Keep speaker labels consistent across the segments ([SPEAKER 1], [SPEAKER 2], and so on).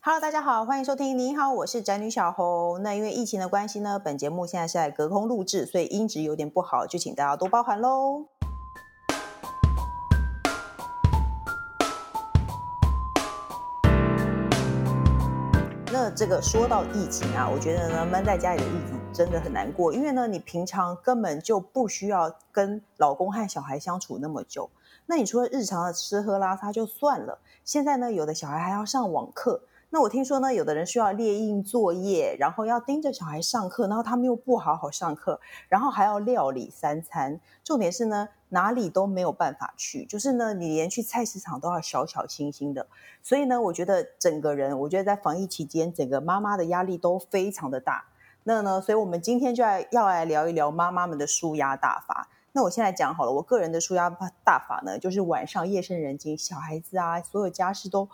[SPEAKER 1] Hello，大家好，欢迎收听。你好，我是宅女小红。那因为疫情的关系呢，本节目现在是在隔空录制，所以音质有点不好，就请大家多包涵喽。那这个说到疫情啊，我觉得呢，闷在家里的日子真的很难过，因为呢，你平常根本就不需要跟老公和小孩相处那么久。那你除了日常的吃喝拉撒就算了，现在呢，有的小孩还要上网课。那我听说呢，有的人需要列印作业，然后要盯着小孩上课，然后他们又不好好上课，然后还要料理三餐。重点是呢，哪里都没有办法去，就是呢，你连去菜市场都要小小心心的。所以呢，我觉得整个人，我觉得在防疫期间，整个妈妈的压力都非常的大。那呢，所以我们今天就来要来聊一聊妈妈们的舒压大法。那我现在讲好了，我个人的舒压大法呢，就是晚上夜深人静，小孩子啊，所有家事都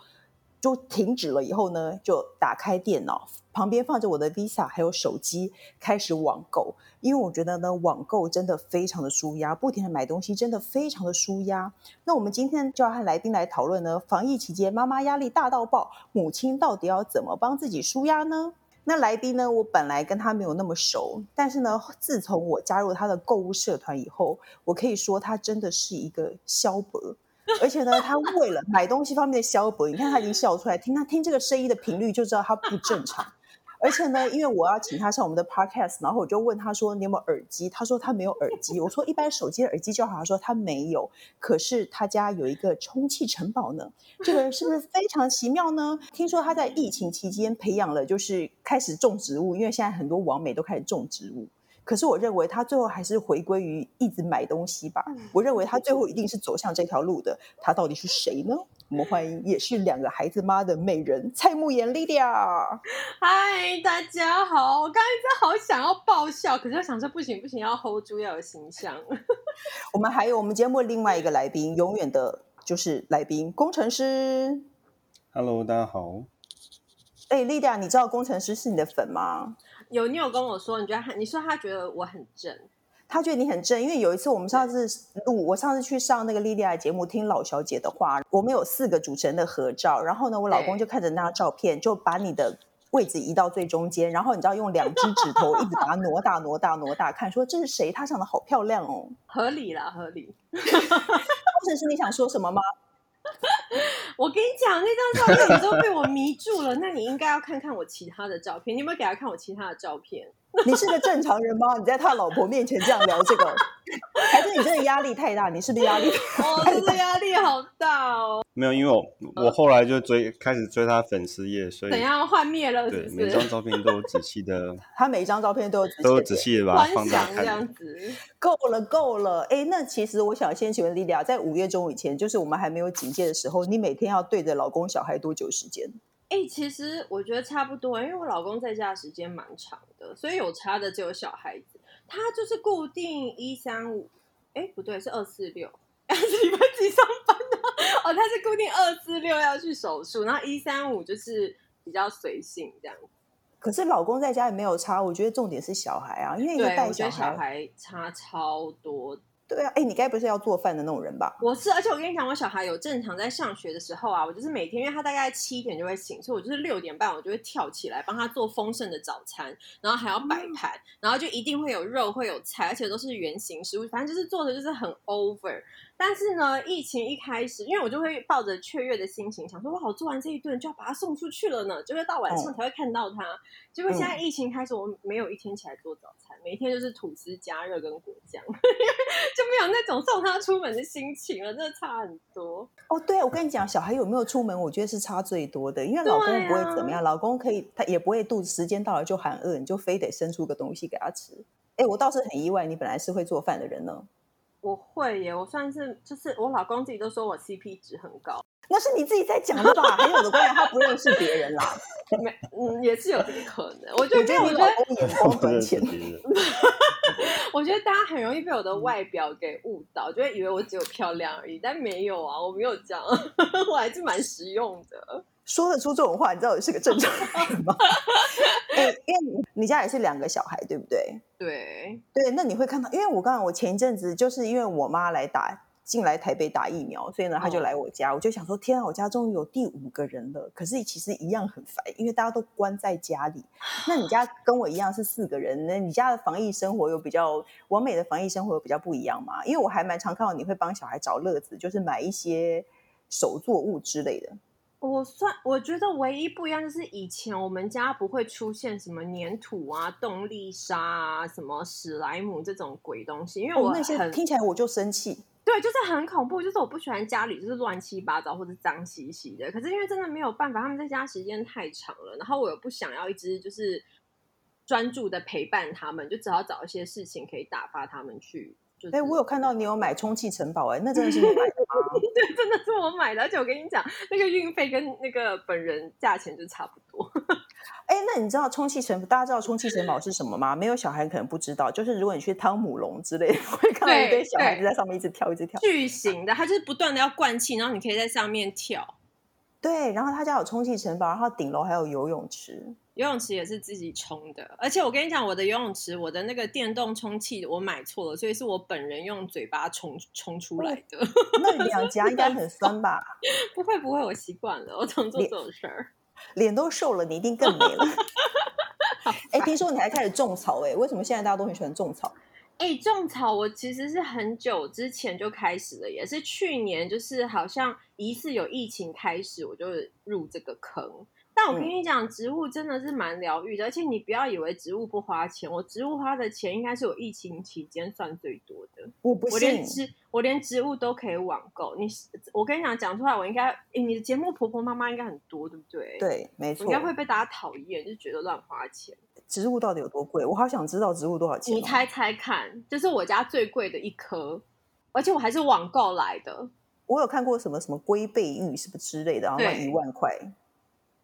[SPEAKER 1] 就停止了以后呢，就打开电脑，旁边放着我的 Visa 还有手机，开始网购。因为我觉得呢，网购真的非常的舒压，不停的买东西真的非常的舒压。那我们今天就要和来宾来讨论呢，防疫期间妈妈压力大到爆，母亲到底要怎么帮自己舒压呢？那来宾呢？我本来跟他没有那么熟，但是呢，自从我加入他的购物社团以后，我可以说他真的是一个萧伯，而且呢，他为了买东西方面的萧伯，你看他已经笑出来，听他听这个声音的频率就知道他不正常。而且呢，因为我要请他上我们的 podcast，然后我就问他说：“你有没有耳机？”他说他没有耳机。我说：“一般手机的耳机就好。”他说他没有，可是他家有一个充气城堡呢。这个人是不是非常奇妙呢？听说他在疫情期间培养了，就是开始种植物，因为现在很多网美都开始种植物。可是我认为他最后还是回归于一直买东西吧。我认为他最后一定是走向这条路的。他到底是谁呢？我们欢迎也是两个孩子妈的美人蔡慕妍 Lydia。
[SPEAKER 2] 嗨，大家好！我刚才真好想要爆笑，可是我想说不行不行，要 hold 住，要有形象。
[SPEAKER 1] 我们还有我们节目另外一个来宾，永远的就是来宾工程师。
[SPEAKER 3] Hello，大家好。
[SPEAKER 1] 哎、l y d i a 你知道工程师是你的粉吗？
[SPEAKER 2] 有你有跟我说，你觉得他，你说他觉得我很正，
[SPEAKER 1] 他觉得你很正，因为有一次我们上次录，我上次去上那个 l y d i a 的节目，听老小姐的话，我们有四个主持人的合照，然后呢，我老公
[SPEAKER 2] 对
[SPEAKER 1] 就看着那张照片，就把你的。位置移到最中间，然后你知道用两只指头一直把它挪大、挪大、挪大，看说这是谁？她长得好漂亮哦。
[SPEAKER 2] 合理啦，合理。
[SPEAKER 1] 工程师，你想说什么吗？
[SPEAKER 2] 我跟你讲，那张照片你都被我迷住了，那你应该要看看我其他的照片。你有没有给他看我其他的照片？
[SPEAKER 1] 你是个正常人吗？你在他老婆面前这样聊这个， 还是你真的压力太大？你是不是压力？
[SPEAKER 2] 哦，真的压力好大哦！
[SPEAKER 3] 没有，因为我我后来就追开始追他粉丝页，所以
[SPEAKER 2] 怎样幻灭了是
[SPEAKER 3] 对
[SPEAKER 2] 不
[SPEAKER 3] 每张
[SPEAKER 2] 是？
[SPEAKER 3] 照片都有仔细的
[SPEAKER 1] 他每一张照片都有仔
[SPEAKER 3] 都有
[SPEAKER 1] 细
[SPEAKER 3] 仔
[SPEAKER 1] 地
[SPEAKER 3] 细的把
[SPEAKER 2] 观
[SPEAKER 3] 它放大
[SPEAKER 2] 想这样
[SPEAKER 3] 看。
[SPEAKER 2] 子，
[SPEAKER 1] 够了，够了。哎，那其实我想先请问莉莉娅，在五月中以前，就是我们还没有警戒的时候，你每天要对着老公、小孩多久时间？
[SPEAKER 2] 哎、其实我觉得差不多，因为我老公在家的时间蛮长的，所以有差的只有小孩子，他就是固定一三五，哎，不对，是二四六， 是礼拜几上班的？哦，他是固定二四六要去手术，然后一三五就是比较随性这样。
[SPEAKER 1] 可是老公在家也没有差，我觉得重点是小孩啊，因为一个
[SPEAKER 2] 对，
[SPEAKER 1] 带
[SPEAKER 2] 我
[SPEAKER 1] 小
[SPEAKER 2] 觉得小
[SPEAKER 1] 孩，
[SPEAKER 2] 孩差超多。
[SPEAKER 1] 对啊，哎，你该不是要做饭的那种人吧？
[SPEAKER 2] 我是，而且我跟你讲，我小孩有正常在上学的时候啊，我就是每天，因为他大概七点就会醒，所以我就是六点半我就会跳起来帮他做丰盛的早餐，然后还要摆盘，然后就一定会有肉，会有菜，而且都是圆形食物，反正就是做的就是很 over。但是呢，疫情一开始，因为我就会抱着雀跃的心情，想说哇，我做完这一顿就要把它送出去了呢，就会到晚上
[SPEAKER 1] 嗯
[SPEAKER 2] 才会看到它。结果现在疫情开始，我没有一天起来做早餐，每天就是吐司加热跟果酱， 就没有那种送他出门的心情了，真的差很多。
[SPEAKER 1] 哦，对啊，我跟你讲，小孩有没有出门，我觉得是差最多的，因为老公
[SPEAKER 2] 对啊
[SPEAKER 1] 不会怎么样，老公可以，他也不会肚子时间到了就喊饿，你就非得生出个东西给他吃。哎，我倒是很意外，你本来是会做饭的人呢，
[SPEAKER 2] 我会耶，我算是就是我老公自己都说我 CP 值很高，
[SPEAKER 1] 那是你自己在讲的 吧？还有的关于他不认识别人啦，
[SPEAKER 2] 没嗯也是有这个可能。我觉
[SPEAKER 1] 我
[SPEAKER 2] 得
[SPEAKER 1] 觉
[SPEAKER 2] 没
[SPEAKER 1] 得
[SPEAKER 2] 有，
[SPEAKER 1] 你
[SPEAKER 2] 我觉
[SPEAKER 1] 老公眼
[SPEAKER 2] 得
[SPEAKER 3] 我
[SPEAKER 1] 光
[SPEAKER 3] 不
[SPEAKER 1] 短
[SPEAKER 3] 认识
[SPEAKER 1] 浅。
[SPEAKER 3] 别人，
[SPEAKER 2] 我觉得大家很容易被我
[SPEAKER 1] 嗯
[SPEAKER 2] 的外表给误导，就会以为我只有漂亮而已，但没有啊，我没有这样， 我还是蛮实用的。
[SPEAKER 1] 说得出这种话，你知道我是个正常人 吗？哎、因为你你家也是两个小孩，对不对？
[SPEAKER 2] 对，
[SPEAKER 1] 对，那你会看到，因为我刚才我前一阵子就是因为我妈来打进来台北打疫苗，所以呢，他
[SPEAKER 2] 嗯
[SPEAKER 1] 就来我家，我就想说，天啊，我家终于有第五个人了。可是其实一样很烦，因为大家都关在家里。那你 家跟我一样是四个人，那你家的防疫生活有比较完美的防疫生活有比较不一样吗？因为我还蛮常看到你会帮小孩找乐子，就是买一些手作物之类的。
[SPEAKER 2] 我算我觉得唯一不一样就是以前我们家不会出现什么粘土啊、动力沙啊、什么史莱姆这种鬼东西，因为我
[SPEAKER 1] 哦那些
[SPEAKER 2] 很、
[SPEAKER 1] 听起来我就生气。
[SPEAKER 2] 对，就是很恐怖，就是我不喜欢家里就是乱七八糟或者脏兮兮的。可是因为真的没有办法，他们在家时间太长了，然后我又不想要一直就是专注的陪伴他们，就只好找一些事情可以打发他们去。就是
[SPEAKER 1] 哎、我有看到你有买充气城堡、哎，那真的是你买的吗？
[SPEAKER 2] 对，真的是我买的，而且我跟你讲，那个运费跟那个本人价钱就差不 多。
[SPEAKER 1] 哎、那你知道充气城大家知道充气城堡是什么吗？没有小孩可能不知道，就是如果你去汤姆龙之类的， 会看到一
[SPEAKER 2] 对
[SPEAKER 1] 堆小孩子在上面一直跳，一直跳。
[SPEAKER 2] 巨型的，它就是不断的要灌气，然后你可以在上面跳。
[SPEAKER 1] 对，然后他家有充气城堡，然后顶楼还有游泳池。
[SPEAKER 2] 游泳池也是自己冲的，而且我跟你讲，我的游泳池，我的那个电动充气我买错了，所以是我本人用嘴巴冲冲出来的。
[SPEAKER 1] 那你两颊应该很酸吧？
[SPEAKER 2] 不会不会，我习惯了，我常做这种事儿。
[SPEAKER 1] 脸都瘦了，你一定更美 了。
[SPEAKER 2] 好
[SPEAKER 1] 哎、听说你还开始种草哎、为什么现在大家都很喜欢种草？
[SPEAKER 2] 哎、种草我其实是很久之前就开始了，也是去年，就是好像疑似有疫情开始，我就入这个坑。但我跟你讲，植物真的是蛮疗愈的，而且你不要以为植物不花钱，我植物花的钱应该是我疫情期间算最多的。
[SPEAKER 1] 我不
[SPEAKER 2] 我连
[SPEAKER 1] 信，
[SPEAKER 2] 植我连植物都可以网购，你我跟你讲讲出来，我应该，哎，你的节目婆婆妈妈应该很多，对不对？，
[SPEAKER 1] 对，没
[SPEAKER 2] 我
[SPEAKER 1] 错
[SPEAKER 2] 应。该会被大家讨厌，就觉得乱花钱。
[SPEAKER 1] 植物到底有多贵？我好想知道植物多少钱、哦
[SPEAKER 2] 你猜，猜看，这是我家最贵的一颗，而且我还是网购来的。
[SPEAKER 1] 我有看过什么什么龟背玉是不是之类的，然后卖
[SPEAKER 2] 对
[SPEAKER 1] 一万块。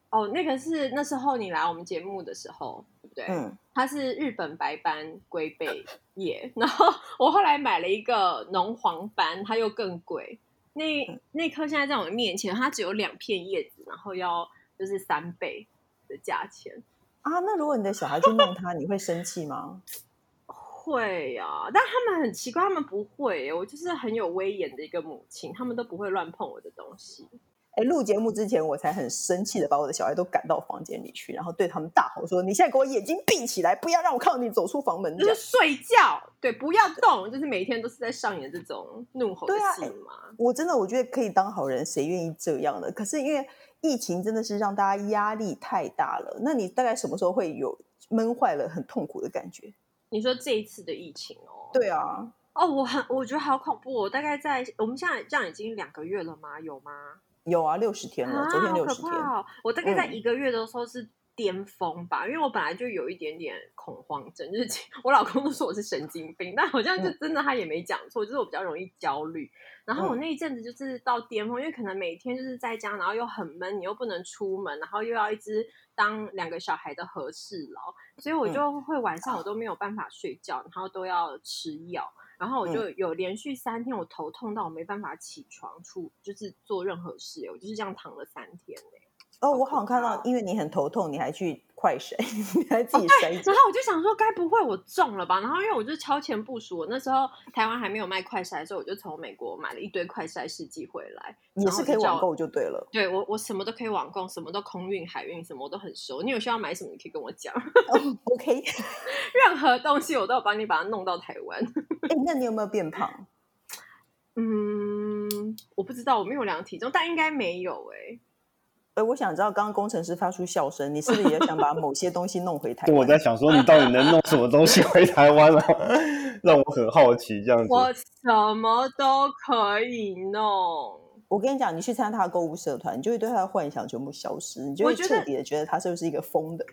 [SPEAKER 2] 哦，那个是那时候你来我们节目的时候，对不对？
[SPEAKER 1] 嗯，
[SPEAKER 2] 它是日本白斑龟背叶，然后 我后来买了一个浓黄斑，它又更
[SPEAKER 1] 嗯
[SPEAKER 2] 贵。那那颗现在在我面前，它只有两片叶子，然后要就是三倍的价钱。
[SPEAKER 1] 啊，那如果你的小孩去弄它，你会生气吗？
[SPEAKER 2] 会啊，但他们很奇怪，他们不会耶。我就是很有威严的一个母亲，他们都不会乱碰我的东西。
[SPEAKER 1] 哎，录节目之前我才很生气的把我的小孩都赶到房间里去，然后对他们大吼说：“你现在给我眼睛闭起来，不要让我看到你走出房门。”这
[SPEAKER 2] 就是
[SPEAKER 1] 样，
[SPEAKER 2] 睡觉，对，不要动，就是每天都是在上演这种怒吼的
[SPEAKER 1] 对啊
[SPEAKER 2] 戏嘛。
[SPEAKER 1] 我真的我觉得可以当好人，谁愿意这样的？可是因为疫情真的是让大家压力太大了。那你大概什么时候会有闷坏了、很痛苦的感觉？
[SPEAKER 2] 你说这一次的疫情哦，，
[SPEAKER 1] 对啊，
[SPEAKER 2] 哦，我很，我觉得好恐怖、哦。大概在我们现在这样已经两个月了吗？有吗？
[SPEAKER 1] 有啊，六十天了，
[SPEAKER 2] 啊，
[SPEAKER 1] 昨天
[SPEAKER 2] 好
[SPEAKER 1] 六
[SPEAKER 2] 可
[SPEAKER 1] 十天。
[SPEAKER 2] 怕哦！我大概在
[SPEAKER 1] 嗯
[SPEAKER 2] 一个月的时候是巅峰吧，因为我本来就有一点点恐慌症，就是 我老公都说我是神经病，但好像就真的他也没讲错，就是我比较容易焦虑。然后我
[SPEAKER 1] 嗯
[SPEAKER 2] 那一阵子就是到巅峰，因为可能每天就是在家，然后又很闷，你又不能出门，然后又要一直当两个小孩的和事佬，所以我就会晚上我都没有办法睡觉，然后都要吃药。然后我就有连续三天，我头痛到我没办法起床出，就是做任何事，我就是这样躺了三天欸
[SPEAKER 1] 哦，
[SPEAKER 2] 好
[SPEAKER 1] 我
[SPEAKER 2] 可
[SPEAKER 1] 好像看
[SPEAKER 2] 怕哦
[SPEAKER 1] 到，因为你很头痛，你还去快筛， 你还自己筛检
[SPEAKER 2] 然后我就想说，该不会我中了吧？然后因为我就超前部署，我那时候台湾还没有卖快筛的时候，我就从美国买了一堆快筛试剂回来。
[SPEAKER 1] 也是可以
[SPEAKER 2] 然后就叫
[SPEAKER 1] 网购就对 了。
[SPEAKER 2] 对我，我什么都可以网购，什么都空运、海运，什么我都很熟。你有需要买什么，你可以跟我讲，
[SPEAKER 1] 哦 OK，
[SPEAKER 2] 任何东西我都有帮你把它弄到台湾。
[SPEAKER 1] 哎，那你有没有变胖？
[SPEAKER 2] 嗯，我不知道，我没有量体重，但应该没有哎、
[SPEAKER 1] 呃，我想知道，刚刚工程师发出笑声，你是不是也想把某些东西弄回 台湾？
[SPEAKER 3] 我在想说，你到底能弄什么东西回台湾啊？ 让我很好奇这样子。
[SPEAKER 2] 我什么都可以弄。
[SPEAKER 1] 我跟你讲，你去参加他的购物社团，你就会对他的幻想全部消失，你就
[SPEAKER 2] 我
[SPEAKER 1] 会
[SPEAKER 2] 觉
[SPEAKER 1] 彻
[SPEAKER 2] 得
[SPEAKER 1] 底的觉得他是不是一个疯的。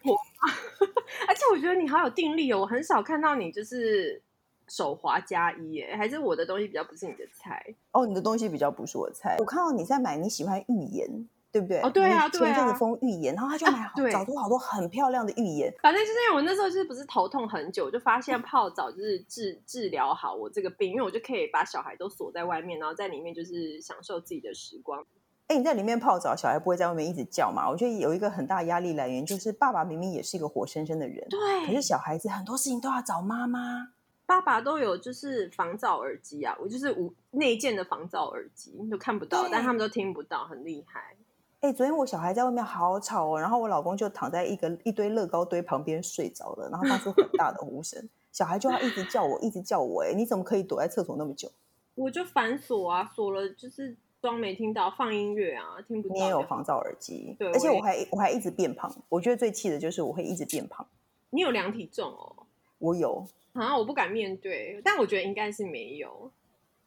[SPEAKER 2] 而且我觉得你好有定力哦，我很少看到你就是手滑加一耶，还是我的东西比较不是你的菜
[SPEAKER 1] 哦，你的东西比较不是我的菜。我看到你在买，你喜欢浴盐，对不对？
[SPEAKER 2] 哦对啊
[SPEAKER 1] 你
[SPEAKER 2] 对
[SPEAKER 1] 前阵
[SPEAKER 2] 啊
[SPEAKER 1] 子疯浴盐，然后他就买好、
[SPEAKER 2] 对
[SPEAKER 1] 找出好多很漂亮的浴盐。
[SPEAKER 2] 反正就是因为我那时候就是不是头痛很久，我就发现泡澡就是治治疗好我这个病，因为我就可以把小孩都锁在外面，然后在里面就是享受自己的时光。
[SPEAKER 1] 哎，你在里面泡澡，小孩不会在外面一直叫嘛？我觉得有一个很大压力来源就是，爸爸明明也是一个活生生的人，可
[SPEAKER 2] 对
[SPEAKER 1] 是小孩子很多事情都要找妈妈。
[SPEAKER 2] 爸爸都有就是防噪耳机啊，我就是无内建的防噪耳机，都看不到，
[SPEAKER 1] 对啊
[SPEAKER 2] 但他们都听不到，很厉害。
[SPEAKER 1] 哎、昨天我小孩在外面好吵哦，然后我老公就躺在一个一堆乐高堆旁边睡着了，然后发出很大的呼声，小孩就要一直叫我，一直叫我、哎，你怎么可以躲在厕所那么久？
[SPEAKER 2] 我就反锁啊，锁了就是装没听到，放音乐啊，听不到。
[SPEAKER 1] 你也有防，噪耳机，
[SPEAKER 2] 对
[SPEAKER 1] 而且
[SPEAKER 2] 我
[SPEAKER 1] 我
[SPEAKER 2] 也
[SPEAKER 1] 还我还一直变胖，我觉得最气的就是我会一直变胖，
[SPEAKER 2] 你有量体重哦。
[SPEAKER 1] 我有，
[SPEAKER 2] 好像我不敢面对，但我觉得应该是没有，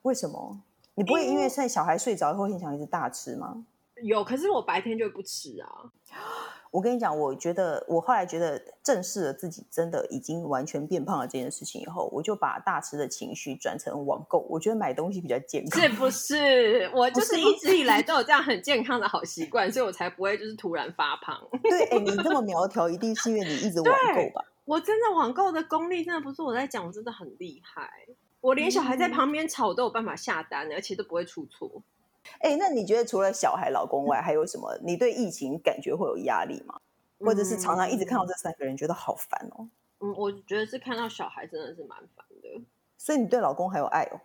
[SPEAKER 1] 为什么？你不会因
[SPEAKER 2] 因
[SPEAKER 1] 为
[SPEAKER 2] 为
[SPEAKER 1] 现在小孩睡着以后很想一直大吃吗？
[SPEAKER 2] 有。可是我白天就不吃啊，
[SPEAKER 1] 我跟你讲，我觉得我后来觉得正视了自己真的已经完全变胖了这件事情以后，我就把大吃的情绪转成网购，我觉得买东西比较 健康
[SPEAKER 2] 是。不是？我
[SPEAKER 1] 不
[SPEAKER 2] 就是
[SPEAKER 1] 是吗
[SPEAKER 2] 一直以来都有这样很健康的好习惯，所以我才不会就是突然发胖。
[SPEAKER 1] 对，哎、你这么苗条，一定是因为你一 直网购
[SPEAKER 2] 对
[SPEAKER 1] 吧？
[SPEAKER 2] 我真的网购的功力真的不是我在讲，我真的很厉害。我连小孩在旁边吵都有办法下单，欸而且都不会出错。
[SPEAKER 1] 哎、那你觉得除了小孩、老公外，还有什么？你对疫情感觉会有压力吗？或者是常常一直看到这三个人，觉得好烦哦。
[SPEAKER 2] 嗯，我觉得是看到小孩真的是蛮烦的。
[SPEAKER 1] 所以你对老公还有爱哦？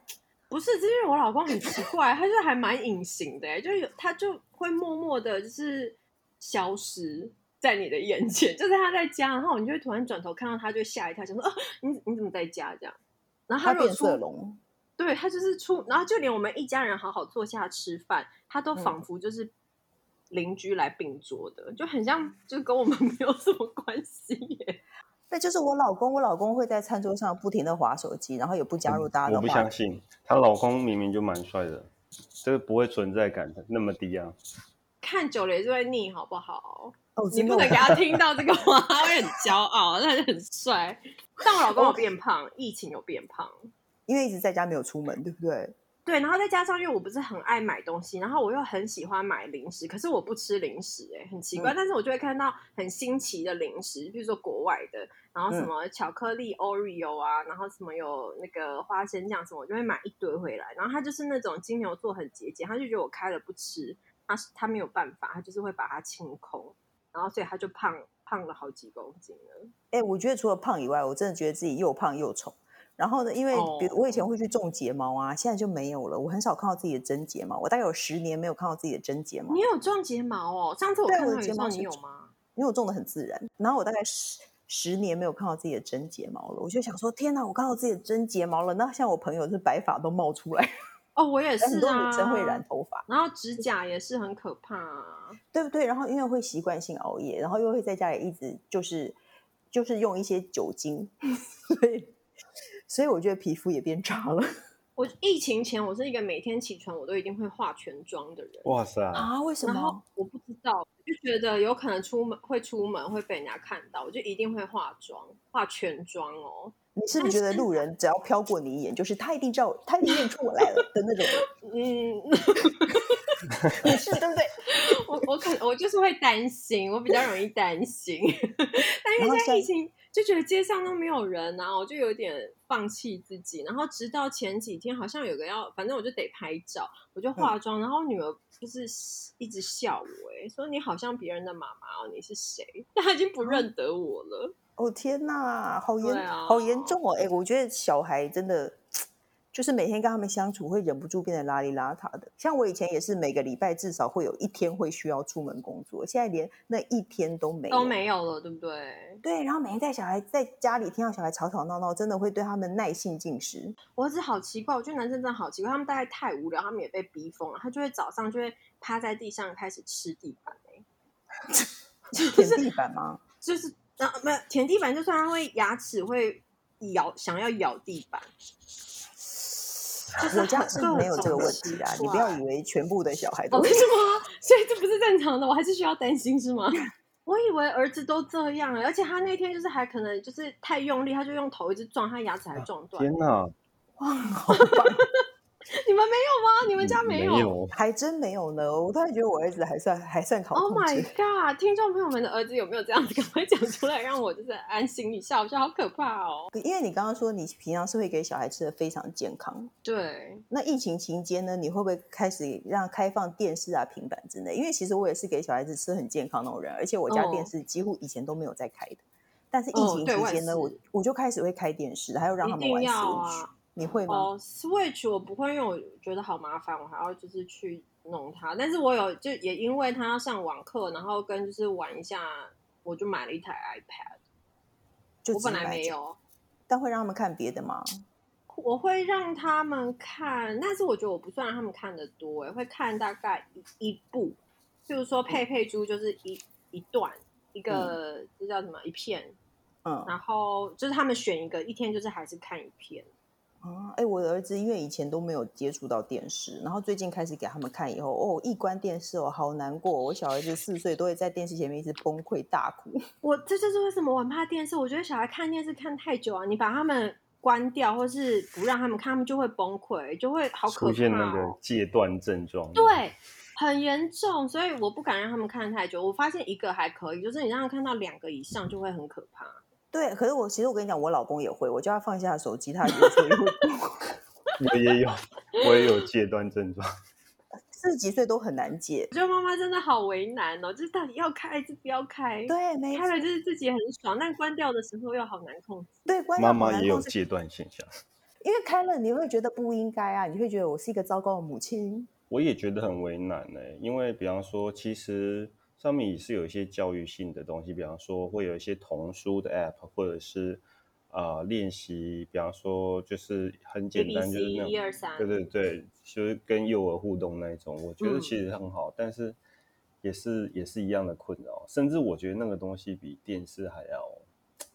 [SPEAKER 2] 不是，是因为我老公很奇怪，他就还蛮隐形的、欸，就有他就会默默的，就是消失在你的眼前。 就是他在家，然后你就会突然转头看到他，就吓一跳，想说：“哦、你你怎么在家？”这样。然后
[SPEAKER 1] 他
[SPEAKER 2] 啊如果
[SPEAKER 1] 变
[SPEAKER 2] 出
[SPEAKER 1] 色龙，
[SPEAKER 2] 对他就是出，然后就连我们一家人好好坐下吃饭，他都
[SPEAKER 1] 嗯
[SPEAKER 2] 仿佛就是邻居来并桌的，就很
[SPEAKER 1] 嗯
[SPEAKER 2] 像，就跟我们没有什么关系耶。
[SPEAKER 1] 那就是我老公。我老公会在餐桌上不停的划手机，然后也不加入大家的
[SPEAKER 3] 嗯我不
[SPEAKER 1] 话
[SPEAKER 3] 相信，她老公明明就蛮帅的，这个不会存在感那么低啊。
[SPEAKER 2] 看久了也是会腻，好不好？
[SPEAKER 1] 哦，
[SPEAKER 2] 你
[SPEAKER 1] 真的
[SPEAKER 2] 不
[SPEAKER 1] 我
[SPEAKER 2] 能给他听到这个话，他会很骄傲，他就很帅。但我老公有变胖，疫情有变胖，
[SPEAKER 1] 因为一直在家没有出门，对不对？
[SPEAKER 2] 对，然后再加上因为我不是很爱买东西，然后我又很喜欢买零食，可是我不吃零食、欸，很奇怪。
[SPEAKER 1] 嗯
[SPEAKER 2] 但是我就会看到很新奇的零食，比如说国外的，
[SPEAKER 1] 嗯
[SPEAKER 2] 然后什么巧克力 Oreo 啊，然后什么有那个花生酱什么，我就会买一堆回来。然后他就是那种金牛座很节俭，他就觉得我开了不吃，他是他没有办法，他就是会把它清空，然后所以他就胖胖了好几公斤了。
[SPEAKER 1] 哎、我觉得除了胖以外，我真的觉得自己又胖又丑。然后呢，因为比如
[SPEAKER 2] 哦
[SPEAKER 1] 我以前会去种睫毛啊，现在就没有了。我很少看到自己的真睫毛，我大概有十年没有看到自己的真睫毛。
[SPEAKER 2] 你有种睫毛哦？上次我
[SPEAKER 1] 对
[SPEAKER 2] 看
[SPEAKER 1] 我
[SPEAKER 2] 到
[SPEAKER 1] 的
[SPEAKER 2] 你
[SPEAKER 1] 睫毛
[SPEAKER 2] 说你
[SPEAKER 1] 是
[SPEAKER 2] 有
[SPEAKER 1] 种
[SPEAKER 2] 吗？
[SPEAKER 1] 因为我种的很自然。然后我大概十十年没有看到自己的真睫毛了，我就想说，天哪，我看到自己的真睫毛了。那像我朋友是白发都冒出来，
[SPEAKER 2] 哦，我也是啊。
[SPEAKER 1] 很多女生会染头发，
[SPEAKER 2] 然后指甲也是很可怕、啊，
[SPEAKER 1] 对不对？然后因为会习惯性熬夜，然后又会在家里一直就是就是用一些酒精， 所以所以我觉得皮肤也变差了
[SPEAKER 2] 我疫情前我是一个每天起床我都一定会化全妆的人，
[SPEAKER 3] 哇塞，
[SPEAKER 1] 啊？为什
[SPEAKER 2] 然后？我不知道，我就觉得有可能出门会出门会被人家看到，我就一定会化妆，化全妆哦。
[SPEAKER 1] 你是不是觉得路人只要飘过你一眼，就是他一定知道，他一定认出我来了的那种 人？
[SPEAKER 2] 嗯，
[SPEAKER 1] 你是对不对？
[SPEAKER 2] 我我可我就是会担心，我比较容易担心， 但
[SPEAKER 1] 然
[SPEAKER 2] 因
[SPEAKER 1] 后
[SPEAKER 2] 为在疫
[SPEAKER 1] 现在
[SPEAKER 2] 情就觉得街上都没有人啊，我就有点放弃自己。然后直到前几天，好像有个要，反正我就得拍照，我
[SPEAKER 1] 嗯
[SPEAKER 2] 就化妆，然后我女儿就是一直笑我、欸，说你好像别人的妈妈哦，你是谁？ 但她已经不认得我了。
[SPEAKER 1] 哦天呐，好严、
[SPEAKER 2] 对啊
[SPEAKER 1] 好严重哦！哎、我觉得小孩真的就是每天跟他们相处，会忍不住变得邋里邋遢的。像我以前也是每个礼拜至少会有一天会需要出门工作，现在连那一天都没有
[SPEAKER 2] 都没有了，对不对？
[SPEAKER 1] 对，然后每天带小孩在家里听到小孩吵吵闹闹，真的会对他们耐性尽失。
[SPEAKER 2] 我儿子好奇怪，我觉得男生真的好奇怪，他们大概太无聊，他们也被逼疯了，他就会早上就会趴在地上开始吃地板、欸，
[SPEAKER 1] 舔地板吗？
[SPEAKER 2] 就是然后没有舔地板，就算他会牙齿会咬，想要咬地板。就是
[SPEAKER 1] 我家
[SPEAKER 2] 很
[SPEAKER 1] 是
[SPEAKER 2] 各
[SPEAKER 1] 没有这个
[SPEAKER 2] 种
[SPEAKER 1] 问
[SPEAKER 2] 奇
[SPEAKER 1] 题啊！
[SPEAKER 2] 怪
[SPEAKER 1] 你不要以为全部的小孩都
[SPEAKER 2] 哦，
[SPEAKER 1] 会
[SPEAKER 2] 真的吗？ 所以这不是正常的，我还是需要担心是吗？ 我以为儿子都这样、欸，而且他那天就是还可能就是太用力，他就用头一直撞，他牙齿还撞
[SPEAKER 1] 啊
[SPEAKER 2] 断。
[SPEAKER 3] 天哪，
[SPEAKER 2] 你们没有吗？你们家
[SPEAKER 3] 嗯没
[SPEAKER 2] 有
[SPEAKER 1] 还真没有呢。我突然觉得我儿子还算还算好
[SPEAKER 2] o h
[SPEAKER 1] 控
[SPEAKER 2] ？Oh my
[SPEAKER 1] 制。
[SPEAKER 2] god！听众朋友们的儿子有没有这样子？赶快讲出来，让我就是安心一下。我觉得好可怕哦。
[SPEAKER 1] 因为你刚刚说你平常是会给小孩吃的非常健康，
[SPEAKER 2] 对，
[SPEAKER 1] 那疫情期间呢，你会不会开始让开放电视啊、平板之类？因为其实我也是给小孩子吃很健康那种人，而且我家
[SPEAKER 2] 哦
[SPEAKER 1] 电视几乎以前都没有在开的，但是疫
[SPEAKER 2] 哦
[SPEAKER 1] 情
[SPEAKER 2] 对
[SPEAKER 1] 期
[SPEAKER 2] 我也
[SPEAKER 1] 间呢，我
[SPEAKER 2] 是
[SPEAKER 1] 我就开始会开电视，还有让他们
[SPEAKER 2] 一
[SPEAKER 1] 玩
[SPEAKER 2] 定要
[SPEAKER 1] Switch，、
[SPEAKER 2] 啊。
[SPEAKER 1] 你会吗？
[SPEAKER 2] 哦，Switch 我不会，因为我觉得好麻烦，我还要就是去弄它。但是我有就也因为它要上网课，然后跟就是玩一下，我就买了一台 iPad。
[SPEAKER 1] 就
[SPEAKER 2] 我本
[SPEAKER 1] 只
[SPEAKER 2] 来
[SPEAKER 1] 买
[SPEAKER 2] 没
[SPEAKER 1] 这，
[SPEAKER 2] 有，
[SPEAKER 1] 但会让他们看别的吗？
[SPEAKER 2] 我会让他们看，但是我觉得我不算让他们看的多、欸，会看大概一一部，譬如
[SPEAKER 1] 嗯
[SPEAKER 2] 说佩佩猪就是一一段一个，这叫什么一片，
[SPEAKER 1] 嗯，
[SPEAKER 2] 然后就是他们选一个，一天就是还是看一片。
[SPEAKER 1] 啊，哎，我的儿子因为以前都没有接触到电视，然后最近开始给他们看以后，哦，一关电视哦，好难过。我小儿子四岁都会在电视前面一直崩溃大哭。
[SPEAKER 2] 我这就是为什么我很怕电视。我觉得小孩看电视看太久啊，你把他们关掉或是不让他们看，他们就会崩溃，就会好可
[SPEAKER 3] 出现那
[SPEAKER 2] 怕、
[SPEAKER 3] 个
[SPEAKER 2] 哦。
[SPEAKER 3] 戒断症状。，
[SPEAKER 2] 对，很严重，所以我不敢让他们看太久。我发现一个还可以，就是你让他看到两个以上就会很可怕。
[SPEAKER 1] 对，可是我其实我跟你讲，我老公也会，我叫他放下手机，他就会哭
[SPEAKER 3] 我也有，我也有戒断症状。
[SPEAKER 1] 四十几岁都很难解。
[SPEAKER 2] 我觉得妈妈真的好为难哦，就是到底要开还是不要开？，
[SPEAKER 1] 对，没
[SPEAKER 2] 开了就是自己很爽，但关掉的时候又好难控制。
[SPEAKER 1] 对，关
[SPEAKER 3] 妈
[SPEAKER 1] 掉好
[SPEAKER 3] 妈
[SPEAKER 1] 难
[SPEAKER 3] 也有
[SPEAKER 1] 控制，
[SPEAKER 3] 戒断现象，
[SPEAKER 1] 因为开了你会觉得不应该啊，你会觉得我是一个糟糕的母亲。
[SPEAKER 3] 我也觉得很为难呢、因为比方说，其实上面也是有一些教育性的东西，比方说会有一些童书的 app，或者是呃练习，比方说就是很简单，就是
[SPEAKER 2] ABC
[SPEAKER 3] 那
[SPEAKER 2] 一
[SPEAKER 3] 种
[SPEAKER 2] 二三，
[SPEAKER 3] 对对对，就是跟幼儿互动那一种，我觉得
[SPEAKER 2] 嗯
[SPEAKER 3] 其实很好，但是也是也是一样的困扰，甚至我觉得那个东西比电视还要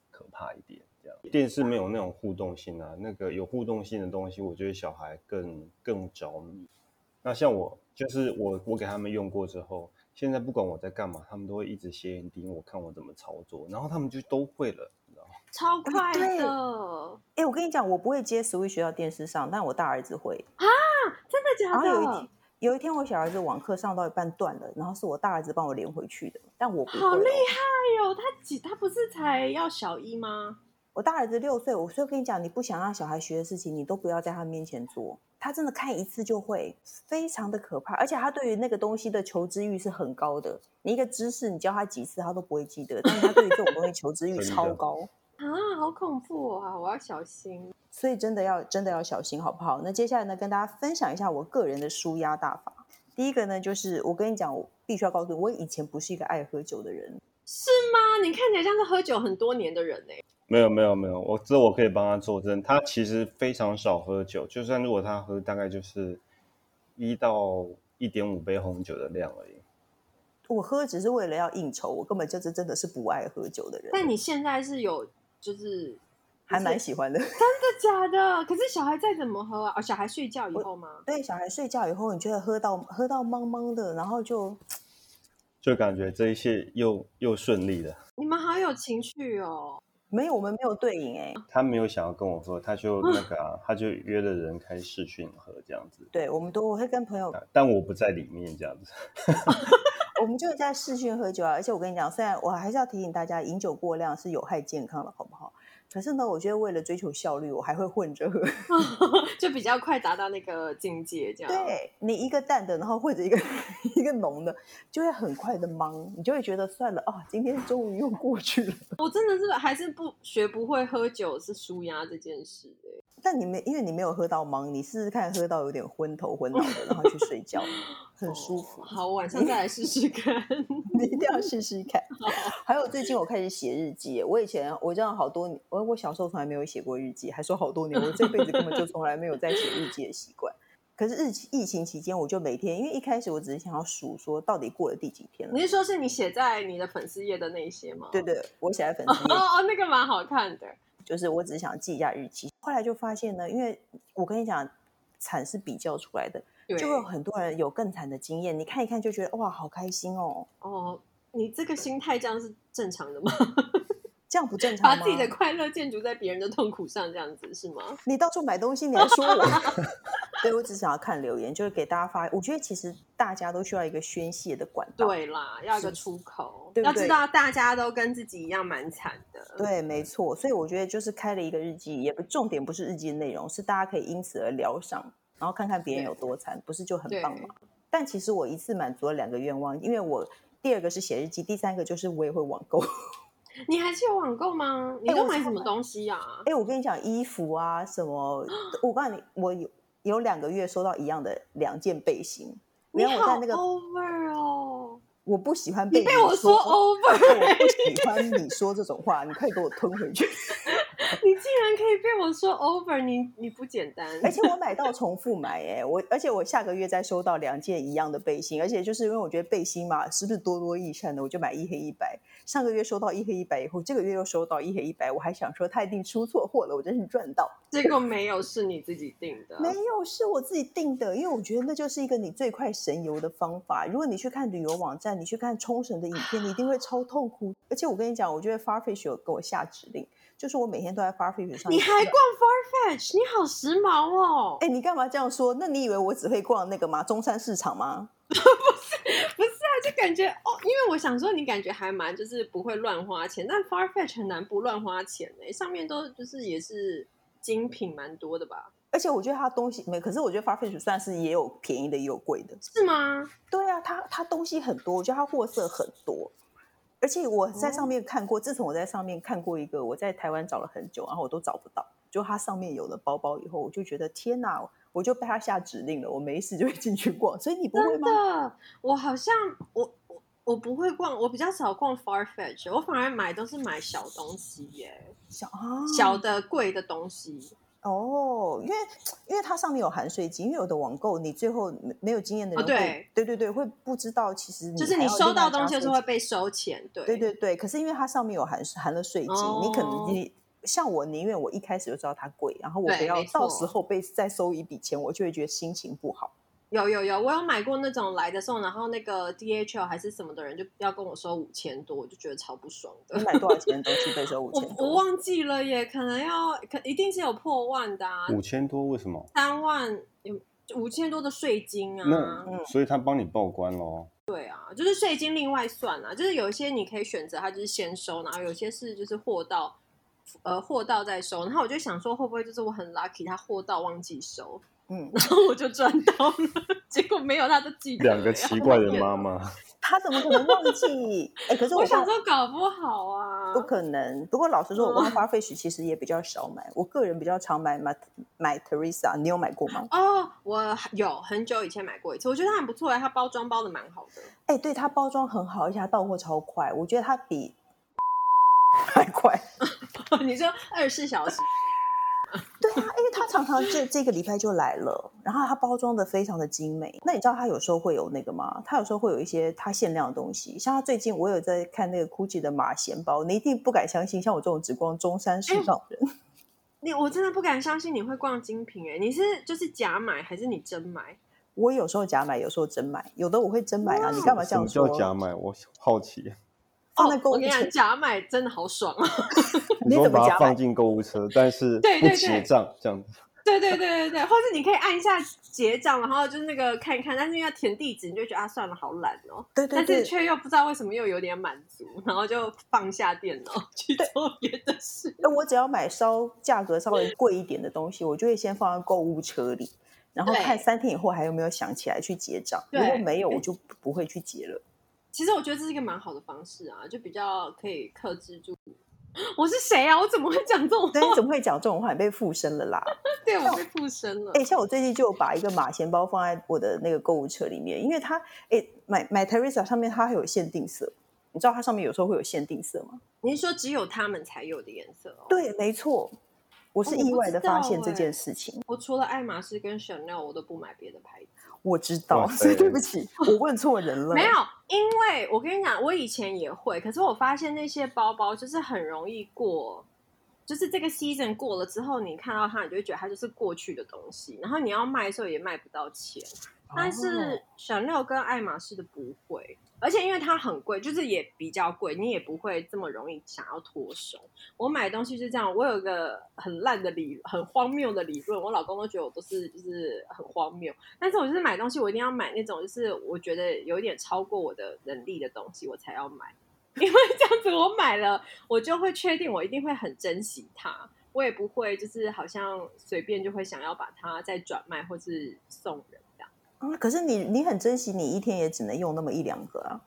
[SPEAKER 3] 可怕一点。这样，电视没有那种互动性啊，那个有互动性的东西，我觉得小孩更更着迷。那像我，就是我我给他们用过之后，现在不管我在干嘛，他们都会一直斜眼盯我，看我怎么操作，然后他们就都会了，你知道吗？
[SPEAKER 2] 超快
[SPEAKER 1] 哎对
[SPEAKER 2] 的，
[SPEAKER 1] 哎，我跟你讲，我不会接 Switch 到电视上，但我大儿子会。
[SPEAKER 2] 真的假
[SPEAKER 1] 然后有
[SPEAKER 2] 的？
[SPEAKER 1] 一天，有一天我小儿子网课上到一半断了，然后是我大儿子帮我连回去的，但我不会、哦。
[SPEAKER 2] 好厉害哟、哎他几他不是才要小一吗？
[SPEAKER 1] 我大儿子六岁，我所以我跟你讲，你不想让小孩学的事情，你都不要在他面前做。他真的看一次就会，非常的可怕。而且他对于那个东西的求知欲是很高的。你一个知识，你教他几次他都不会记得，但是他对于这种东西求知欲
[SPEAKER 3] 真的
[SPEAKER 1] 超高。
[SPEAKER 2] 啊，好恐怖啊！我要小心。
[SPEAKER 1] 所以真的要真的要小心，好不好？那接下来呢，跟大家分享一下我个人的舒压大法。第一个呢，就是我跟你讲，我必须要告诉你，我以前不是一个爱喝酒的人，
[SPEAKER 2] 是吗？你看起来像是喝酒很多年的人呢、
[SPEAKER 3] 没有没有没有，我这我可以帮他作证，他其实非常少喝酒，就算如果他喝，大概就是一到一点五杯红酒的量而已。
[SPEAKER 1] 我喝只是为了要应酬，我根本就是真的是不爱喝酒的人，
[SPEAKER 2] 但你现在是有就是
[SPEAKER 1] 还蛮喜欢的。
[SPEAKER 2] 真的假的？可是小孩再怎么喝啊？哦、小孩睡觉以后吗？
[SPEAKER 1] 对，小孩睡觉以后，你觉得喝到喝到懵懵的，然后就
[SPEAKER 3] 就感觉这一切又又顺利了。
[SPEAKER 2] 你们好有情趣哦！
[SPEAKER 1] 没有我们没有对饮哎、
[SPEAKER 3] 他没有想要跟我喝，他就那个啊，他就约了人开视讯喝这样子，
[SPEAKER 1] 对我们都我会跟朋友，
[SPEAKER 3] 啊但我不在里面这样子。
[SPEAKER 1] 我们就是在视讯喝酒啊。而且我跟你讲，虽然我还是要提醒大家，饮酒过量是有害健康的，好不好？可是呢，我觉得为了追求效率，我还会混着喝。
[SPEAKER 2] 就比较快达到那个境界，这 样。
[SPEAKER 1] 对你一个淡的，然后或者一个 一个浓的，就会很快的忙，你就会觉得算了啊、今天终于又过去了。
[SPEAKER 2] 我真的是还是不学不会喝酒是舒压这件事、欸。
[SPEAKER 1] 但你没，因为你没有喝到忙，你试试看喝到有点昏头昏脑的，然后去睡觉，很舒服。
[SPEAKER 2] 哦好，我晚上再来试试看。
[SPEAKER 1] 你一定要试试看。还有最近我开始写日记耶，我以前我这样好多年，我我小时候从来没有写过日记，还说好多年，我这辈子根本就从来没有在写日记的习惯。可是日记疫情期间，我就每天，因为一开始我只是想要数说到底过了第几天了
[SPEAKER 2] 你。是说是你写在你的粉丝页的那一些吗？
[SPEAKER 1] 对对，我写在粉丝页，
[SPEAKER 2] 哦哦，那个蛮好看的。
[SPEAKER 1] 就是我只是想记一下日期。后来就发现呢，因为我跟你讲，惨是比较出来的，
[SPEAKER 2] 对，
[SPEAKER 1] 就会有很多人有更惨的经验，你看一看就觉得哇，好开心哦，
[SPEAKER 2] 哦，你这个心态这样是正常 的吗？
[SPEAKER 1] 这样不正常
[SPEAKER 2] 把
[SPEAKER 1] 吗？
[SPEAKER 2] 自己的快乐建筑在别人的痛苦上，这样子是吗？
[SPEAKER 1] 你到处买东西，你还说我？ 对，我只想要看留言，就是给大家发。我觉得其实大家都需要一个宣泄的管道。
[SPEAKER 2] 对啦，要一个
[SPEAKER 1] 是
[SPEAKER 2] 出口，
[SPEAKER 1] 对不
[SPEAKER 2] 要
[SPEAKER 1] 对
[SPEAKER 2] 知道大家都跟自己一样蛮惨的。
[SPEAKER 1] 对，没错。所以我觉得就是开了一个日记，也不重点不是日记的内容，是大家可以因此而疗伤，然后看看别人有多惨，不是就很
[SPEAKER 2] 对
[SPEAKER 1] 棒吗？但其实我一次满足了两个愿望，因为我第二个是写日记，第三个就是我也会网购。
[SPEAKER 2] 你还是有网购吗？你
[SPEAKER 1] 哎
[SPEAKER 2] 都
[SPEAKER 1] 我
[SPEAKER 2] 买
[SPEAKER 1] 超
[SPEAKER 2] 什么
[SPEAKER 1] 爱
[SPEAKER 2] 东西 呀、啊？
[SPEAKER 1] 哎、我跟你讲，衣服啊什么，我告诉你，我有有两个月收到一样的两件背心。
[SPEAKER 2] 你
[SPEAKER 1] 然后我
[SPEAKER 2] 好
[SPEAKER 1] 在那个，
[SPEAKER 2] over 哦，
[SPEAKER 1] 我不喜欢
[SPEAKER 2] 你
[SPEAKER 1] 被
[SPEAKER 2] 被我说哦
[SPEAKER 1] 说
[SPEAKER 2] over，
[SPEAKER 1] 我不喜欢你说这种话，你可以给我吞回去。
[SPEAKER 2] 你竟然可以被我说 over，你你不简单。
[SPEAKER 1] 而且我买到重复买、欸，哎，我而且我下个月再收到两件一样的背心，而且就是因为我觉得背心嘛，是不是多多益善的，我就买一黑一白。上个月收到一黑一白以后，这个月又收到一黑一白，我还想说他一定出错货了，我真是赚到。
[SPEAKER 2] 结果没有是你自己定的，
[SPEAKER 1] 没有，是我自己定的，因为我觉得那就是一个你最快神游的方法。如果你去看旅游网站，你去看冲绳的影片，你一定会超痛苦。而且我跟你讲，我觉得 Farfish 有给我下指令，就是我每天都在 Farfish 上。
[SPEAKER 2] 你还逛 Farfetch，你好时髦哦！
[SPEAKER 1] 哎、你干嘛这样说？那你以为我只会逛那个吗？中山市场吗？
[SPEAKER 2] 不是啊，就感觉哦，因为我想说你感觉还蛮就是不会乱花钱，但 Farfetch 很难不乱花钱呢、上面都就是也是精品蛮多的吧？
[SPEAKER 1] 而且我觉得它东西没，可是我觉得 Farfetch 算是也有便宜的，也有贵的。
[SPEAKER 2] 是吗？
[SPEAKER 1] 对啊，它它东西很多，我觉得它货色很多。而且我在
[SPEAKER 2] 哦
[SPEAKER 1] 上面看过，自从我在上面看过一个，我在台湾找了很久，然后我都找不到。就它上面有了包包以后，我就觉得天哪，我就被它下指令了，我没事就会进去逛。所以你不会
[SPEAKER 2] 真
[SPEAKER 1] 吗？
[SPEAKER 2] 的，我好像我我我不会逛，我比较少逛 Farfetch，我反而买都是买小东西耶、
[SPEAKER 1] 小啊，
[SPEAKER 2] 小的贵的东西。
[SPEAKER 1] 哦，因为因为它上面有含税金，因为有的网购你最后没没有经验的人
[SPEAKER 2] 哦
[SPEAKER 1] 会，
[SPEAKER 2] 对
[SPEAKER 1] 对对对会不知道，其实
[SPEAKER 2] 就是
[SPEAKER 1] 你嗯
[SPEAKER 2] 你
[SPEAKER 1] 还要另
[SPEAKER 2] 收
[SPEAKER 1] 外
[SPEAKER 2] 到
[SPEAKER 1] 加
[SPEAKER 2] 东西的时候
[SPEAKER 1] 税
[SPEAKER 2] 会
[SPEAKER 1] 金
[SPEAKER 2] 被收钱，对
[SPEAKER 1] 对对对，可是因为它上面有含含了税金，你可
[SPEAKER 2] 哦
[SPEAKER 1] 能你像我，宁愿我一开始就知道它贵，然后我
[SPEAKER 2] 对
[SPEAKER 1] 不要
[SPEAKER 2] 没
[SPEAKER 1] 到
[SPEAKER 2] 错
[SPEAKER 1] 时候被再收一笔钱，我就会觉得心情不好。
[SPEAKER 2] 有有有，我有买过那种来的时候，然后那个 DHL 还是什么的人就要跟我收五千多，我就觉得超不爽的。
[SPEAKER 1] 你买多少钱的东西被收五
[SPEAKER 2] 我
[SPEAKER 1] 千
[SPEAKER 2] 我
[SPEAKER 1] 多？
[SPEAKER 2] 忘记了耶，可能要可一定是有破万的啊，
[SPEAKER 3] 五千多为什么？
[SPEAKER 2] 三万有五千多的税金啊，
[SPEAKER 1] 嗯
[SPEAKER 3] 那所以他帮你报关喽。
[SPEAKER 2] 啊就是税金另外算啊，就是有一些你可以选择它就是先收，然后有些是就是货到呃货到再收，然后我就想说会不会就是我很 lucky，他货到忘记收，
[SPEAKER 1] 嗯，
[SPEAKER 2] 然后我就赚到了， 结果没有他就记得
[SPEAKER 3] 两个
[SPEAKER 2] 了
[SPEAKER 3] 奇怪的妈妈，
[SPEAKER 1] 他怎么可能忘记？哎，可是
[SPEAKER 2] 我
[SPEAKER 1] 我
[SPEAKER 2] 想
[SPEAKER 1] 爸
[SPEAKER 2] 说搞不好啊，
[SPEAKER 1] 不可能。不过老实说，我
[SPEAKER 2] 嗯
[SPEAKER 1] 忘花费时其实也比较少买，我个人比较常买买买 Teresa，你有买过吗？
[SPEAKER 2] 哦，我有很久以前买过一次，我觉得它很不错哎，它包装包的蛮好的。
[SPEAKER 1] 哎，对，它包装很好，而且它到货超快，我觉得它比还快。
[SPEAKER 2] 你说二十四小时，
[SPEAKER 1] 对啊，因为它常常这这个礼拜就来了，然后它包装的非常的精美。那你知道它有时候会有那个吗？它有时候会有一些它限量的东西，像它最近我有在看那个 GUCCI 的马衔包，你一定不敢相信，像我这种只逛中山市场的人，
[SPEAKER 2] 你我真的不敢相信你会逛精品哎，你是就是假买还是你真买？
[SPEAKER 1] 我有时候假买，有时候真买，有的我会真买啊，你干嘛这
[SPEAKER 3] 什
[SPEAKER 1] 样
[SPEAKER 3] 么叫
[SPEAKER 1] 说？
[SPEAKER 3] 假买？我好奇。
[SPEAKER 1] 放在购
[SPEAKER 2] 哦我
[SPEAKER 1] 物
[SPEAKER 2] 跟你
[SPEAKER 1] 车
[SPEAKER 2] 讲，，假买真的好爽啊！
[SPEAKER 1] 你
[SPEAKER 3] 说
[SPEAKER 1] 怎么
[SPEAKER 3] 把
[SPEAKER 1] 假
[SPEAKER 3] 它放
[SPEAKER 1] 买？
[SPEAKER 3] 进购物车，但是
[SPEAKER 2] 对
[SPEAKER 3] 不
[SPEAKER 2] 对
[SPEAKER 3] 结
[SPEAKER 2] 对
[SPEAKER 3] 账这样子。
[SPEAKER 2] 对对对对对，或是你可以按一下结账，然后就是那个看一看，但是因为要填地址，你就觉得啊算了，好懒哦。
[SPEAKER 1] 对对
[SPEAKER 2] 但是
[SPEAKER 1] 对，
[SPEAKER 2] 却又不知道为什么又有点满足，然后就放下电脑去做别的事。
[SPEAKER 1] 那我只要买稍价格稍微贵一点的东西，我就会先放在购物车里，然后
[SPEAKER 2] 对
[SPEAKER 1] 看三天以后还有没有想起来去结账。如果
[SPEAKER 2] 对
[SPEAKER 1] 没有，我就不不会去结了。
[SPEAKER 2] 其实我觉得这是一个蛮好的方式啊，就比较可以克制住。 我是谁啊？我怎么会讲这种话？
[SPEAKER 1] 对，你怎么会讲这种话？你被附身了啦！
[SPEAKER 2] 对我被附身了。
[SPEAKER 1] 哎、像我最近就有把一个马钱包放在我的那个购物车里面，因为它哎、买买 Teresa 上面它还有限定色，你知道它上面有时候会有限定色吗？
[SPEAKER 2] 您说只有他们才有的颜色哦？，
[SPEAKER 1] 对，没错，我是
[SPEAKER 2] 哦我不
[SPEAKER 1] 意外的
[SPEAKER 2] 知道
[SPEAKER 1] 发现这
[SPEAKER 2] 哎
[SPEAKER 1] 件事情。
[SPEAKER 2] 我除了爱马仕跟 Chanel，我都不买别的牌子。
[SPEAKER 1] 我知道，
[SPEAKER 3] 哇
[SPEAKER 1] 所以
[SPEAKER 3] 塞
[SPEAKER 1] 对不起，我问错人了。
[SPEAKER 2] 没有，因为我跟你讲，我以前也会，可是我发现那些包包就是很容易过，就是这个 season 过了之后，你看到它，你就会觉得它就是过去的东西，然后你要卖的时候也卖不到钱。
[SPEAKER 1] 哦，
[SPEAKER 2] 但是 Chanel 跟爱马仕的不会，而且因为它很贵，就是也比较贵，你也不会这么容易想要脱手。我买东西是这样，我有一个很烂的理，很荒谬的理论，我老公都觉得我都是就是很荒谬。但是我就是买东西，我一定要买那种就是我觉得有一点超过我的能力的东西，我才要买。 因为这样子，我买了，我就会确定我一定会很珍惜它，我也不会就是好像随便就会想要把它再转卖或是送人这样。
[SPEAKER 1] 哦啊，可是你你很珍惜，你一天也只能用那么一两个啊。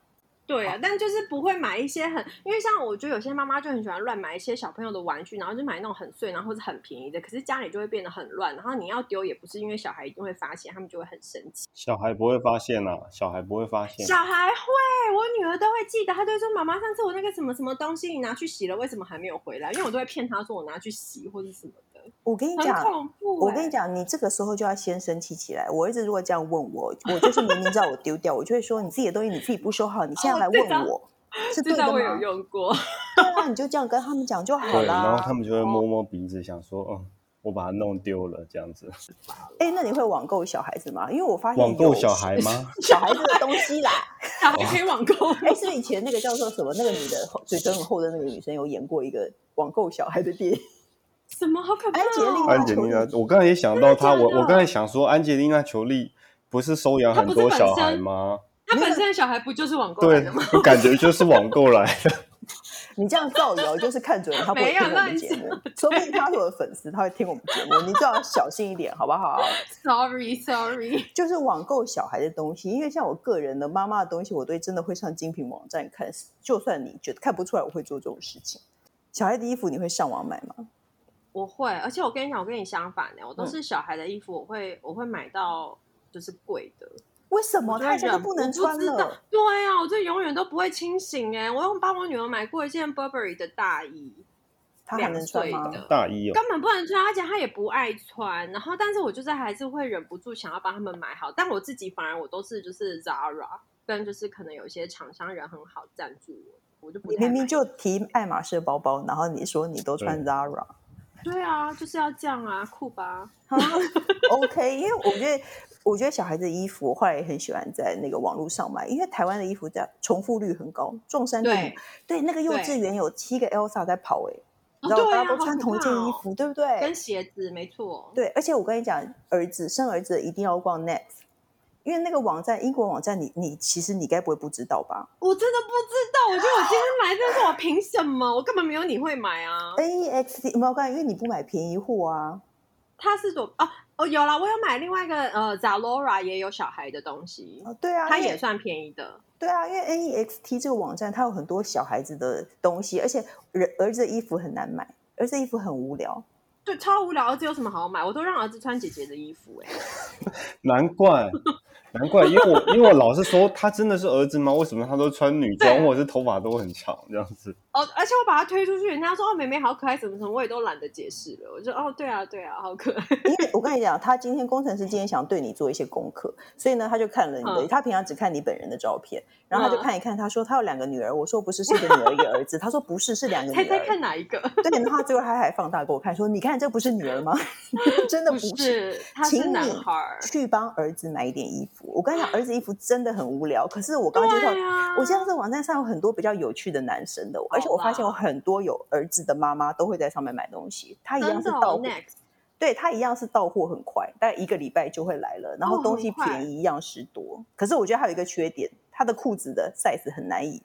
[SPEAKER 2] 对啊，但就是不会买一些很，因为像我觉得有些妈妈就很喜欢乱买一些小朋友的玩具，然后就买那种很碎，然后或者很便宜的，可是家里就会变得很乱，然后你要丢也不是因为小孩一定会发现，他们就会很生气。
[SPEAKER 3] 小孩不会发现呐、小孩不会发现。
[SPEAKER 2] 小孩会，我女儿都会记得，她就会说：“妈妈，上次我那个什么什么东西你拿去洗了，为什么还没有回来？”因为我都会骗她说我拿去洗或者什么的，
[SPEAKER 1] 我跟你
[SPEAKER 2] 很
[SPEAKER 1] 讲，
[SPEAKER 2] 恐怖、欸
[SPEAKER 1] 我跟你，讲，你这个时候就要先生气起来。我儿子如果这样问我，我就是明明知道我丢掉，我就会说你自己的东西你自己不收好，你现在
[SPEAKER 2] 哦
[SPEAKER 1] 来
[SPEAKER 2] 这
[SPEAKER 1] 问
[SPEAKER 2] 招
[SPEAKER 1] 我，是对
[SPEAKER 2] 这
[SPEAKER 1] 的
[SPEAKER 2] 招我有
[SPEAKER 1] 吗？
[SPEAKER 2] 用过，
[SPEAKER 1] 对啊，你就这样跟他们讲就好
[SPEAKER 3] 对，然后
[SPEAKER 1] 啦
[SPEAKER 3] 他。们就
[SPEAKER 2] 哦
[SPEAKER 3] 会摸摸鼻子，想说，嗯，我把它弄丢了这样子。
[SPEAKER 1] 哎、那你会网购小孩子吗？因为我发现
[SPEAKER 3] 网购
[SPEAKER 1] 有
[SPEAKER 3] 小孩 吗？
[SPEAKER 1] 小孩子的东西啦。
[SPEAKER 2] 小孩可以网购。
[SPEAKER 1] 哎、是不是以前那个叫做什么那个女的嘴唇很厚的那个女生有演过一个网购小孩的电影？
[SPEAKER 2] 什么好可怕、
[SPEAKER 1] 安吉丽
[SPEAKER 2] 哦！
[SPEAKER 1] 娜
[SPEAKER 3] 安吉丽娜，我刚才也想到她，
[SPEAKER 2] 真的假
[SPEAKER 3] 我
[SPEAKER 2] 的
[SPEAKER 3] 我刚才想说，安吉丽娜·裘丽不是收养很多小孩吗？
[SPEAKER 2] 她本身的小孩不就是网购来
[SPEAKER 3] 对
[SPEAKER 2] 的吗？，
[SPEAKER 3] 我感觉就是网购来的。
[SPEAKER 1] 你这样造谣就是看准了他不会
[SPEAKER 2] 没有
[SPEAKER 1] 听我们
[SPEAKER 2] 乱
[SPEAKER 1] 节目，说不定他是我的粉丝，他会听我们节目，你最好小心一点，好不好？
[SPEAKER 2] Sorry，Sorry，
[SPEAKER 1] 就是网购小孩的东西，因为像我个人的妈妈的东西，我都真的会上精品网站看。就算你觉得看不出来，我会做这种事情。小孩的衣服你会上网买吗？
[SPEAKER 2] 我会，而且我跟你讲，我跟你相反欸呢，我
[SPEAKER 1] 嗯
[SPEAKER 2] 都是小孩的衣服，我会我会买到就是贵的，
[SPEAKER 1] 为什么
[SPEAKER 2] 我就
[SPEAKER 1] 他现在
[SPEAKER 2] 忍
[SPEAKER 1] 不能
[SPEAKER 2] 我
[SPEAKER 1] 穿
[SPEAKER 2] 知道
[SPEAKER 1] 了？
[SPEAKER 2] 对啊，我就永远都不会清醒哎，我有帮我女儿买过一件 Burberry 的大衣，
[SPEAKER 1] 他还
[SPEAKER 2] 两
[SPEAKER 1] 能穿
[SPEAKER 2] 岁
[SPEAKER 1] 吗？
[SPEAKER 2] 的。
[SPEAKER 3] 大一哦，
[SPEAKER 2] 根本不能穿，而且她也不爱穿。然后，但是我就是还是会忍不住想要帮他们买好。但我自己反而我都是就是 Zara 跟就是可能有一些厂商人很好赞助我，我就不
[SPEAKER 1] 你
[SPEAKER 2] 太买
[SPEAKER 1] 明明就提爱马仕的包包，然后你说你都穿
[SPEAKER 3] 对
[SPEAKER 1] Zara。
[SPEAKER 2] 对啊，就是要这样啊，酷吧？
[SPEAKER 1] OK，因为我觉得，我觉得小孩子的衣服，我后来也很喜欢在那个网络上买，因为台湾的衣服在重复率很高，撞衫
[SPEAKER 2] 对
[SPEAKER 1] 对，那个幼
[SPEAKER 2] 对
[SPEAKER 1] 稚园有七个 Elsa 在跑、欸，
[SPEAKER 2] 哦
[SPEAKER 1] 然后
[SPEAKER 2] 对
[SPEAKER 1] 大
[SPEAKER 2] 啊
[SPEAKER 1] 家都穿
[SPEAKER 2] 好可
[SPEAKER 1] 同一件
[SPEAKER 2] 怕
[SPEAKER 1] 衣
[SPEAKER 2] 哦
[SPEAKER 1] 服，对不对？
[SPEAKER 2] 跟鞋子没错，
[SPEAKER 1] 对，而且我跟你讲，儿子生儿子一定要逛 Net，因为那个网站，英国网站你，你其实你该不会不知道吧
[SPEAKER 2] 我真的不知道。我觉得我今天买这个，我凭什么？我根本没有你会买啊。
[SPEAKER 1] ？N E X T 没有关系，因为你不买便宜货啊。
[SPEAKER 2] 它是朵哦哦，有啦，我有买另外一个呃 Zalora 也有小孩的东西，
[SPEAKER 1] 哦对啊，
[SPEAKER 2] 它
[SPEAKER 1] 因为
[SPEAKER 2] 也算便宜的。
[SPEAKER 1] 对啊，因为 N E X T 这个网站它有很多小孩子的东西，而且人儿子的衣服很难买，儿子的衣服很无聊。
[SPEAKER 2] 对，超无聊，儿子有什么好买？我都让儿子穿姐姐的衣服、欸，哎，
[SPEAKER 3] 难怪，难怪，因为我因为我老是说，她真的是儿子吗？为什么她都穿女装，
[SPEAKER 2] 对
[SPEAKER 3] 或者是头发都很长这样子？
[SPEAKER 2] 哦，而且我把它推出去，人家说哦，妹妹好可爱，什么什么，我也都懒得解释了。我就哦，对啊，对啊，好可爱。
[SPEAKER 1] 因为我跟你讲，他今天工程师今天想对你做一些功课，所以呢，他就看了你的，
[SPEAKER 2] 嗯
[SPEAKER 1] 他平常只看你本人的照片，然后他就
[SPEAKER 2] 嗯
[SPEAKER 1] 看一看，他说他有两个女儿，我说不是，是一个女儿一个儿子，他说不是，是两个
[SPEAKER 2] 猜
[SPEAKER 1] 女
[SPEAKER 2] 猜
[SPEAKER 1] 儿。
[SPEAKER 2] 看哪一个？
[SPEAKER 1] 对，然后他最后他还放大给我看，说你看这不是女儿吗？ 真的不
[SPEAKER 2] 不是，他是
[SPEAKER 1] 请
[SPEAKER 2] 男
[SPEAKER 1] 你
[SPEAKER 2] 孩儿。
[SPEAKER 1] 去帮儿子买一点衣服。我跟你讲，儿子衣服真的很无聊。可是我刚接到
[SPEAKER 2] 对啊，
[SPEAKER 1] 我知道这网站上有很多比较有趣的男生的，而且我发现有很多有儿子的妈妈都会在上面买东西，他一样
[SPEAKER 2] 真
[SPEAKER 1] 是
[SPEAKER 2] 的
[SPEAKER 1] 到
[SPEAKER 2] 哦
[SPEAKER 1] 货，
[SPEAKER 2] ，next。
[SPEAKER 1] 对他一样是到货很快，大概一个礼拜就会来了，然后
[SPEAKER 2] 哦
[SPEAKER 1] 东西
[SPEAKER 2] 很快
[SPEAKER 1] 便宜，样式多。可是我觉得还有一个缺点，他的裤子的 size 很难以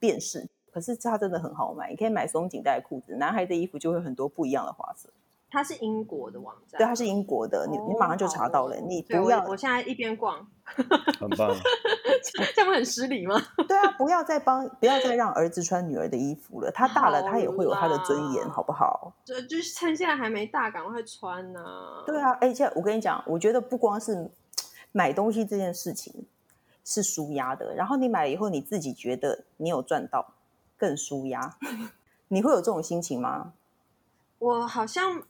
[SPEAKER 1] 辨识。可是它真的很好买，你可以买松紧带的裤子，男孩的衣服就会有很多不一样的花色。
[SPEAKER 2] 它是英国的网站，
[SPEAKER 1] 对，它是英国的，你你
[SPEAKER 2] 哦
[SPEAKER 1] 马上就查到了，
[SPEAKER 2] 好哦
[SPEAKER 1] 你
[SPEAKER 2] 对
[SPEAKER 1] 不
[SPEAKER 2] 我
[SPEAKER 1] 要
[SPEAKER 2] 我现在一边逛，
[SPEAKER 3] 很棒，
[SPEAKER 2] 这样会很失礼吗？
[SPEAKER 1] 对啊，不要再帮，不要再让儿子穿女儿的衣服了。他大了，
[SPEAKER 2] 好
[SPEAKER 1] 他也会有他的尊严，
[SPEAKER 2] 啦
[SPEAKER 1] 好不好？
[SPEAKER 2] 就就是趁现在还没大，赶快穿呢、
[SPEAKER 1] 对，啊，而且我跟你讲，我觉得不光是买东西这件事情是舒压的，然后你买了以后，你自己觉得你有赚到，更舒 压。你会有这种心情吗？
[SPEAKER 2] 我好像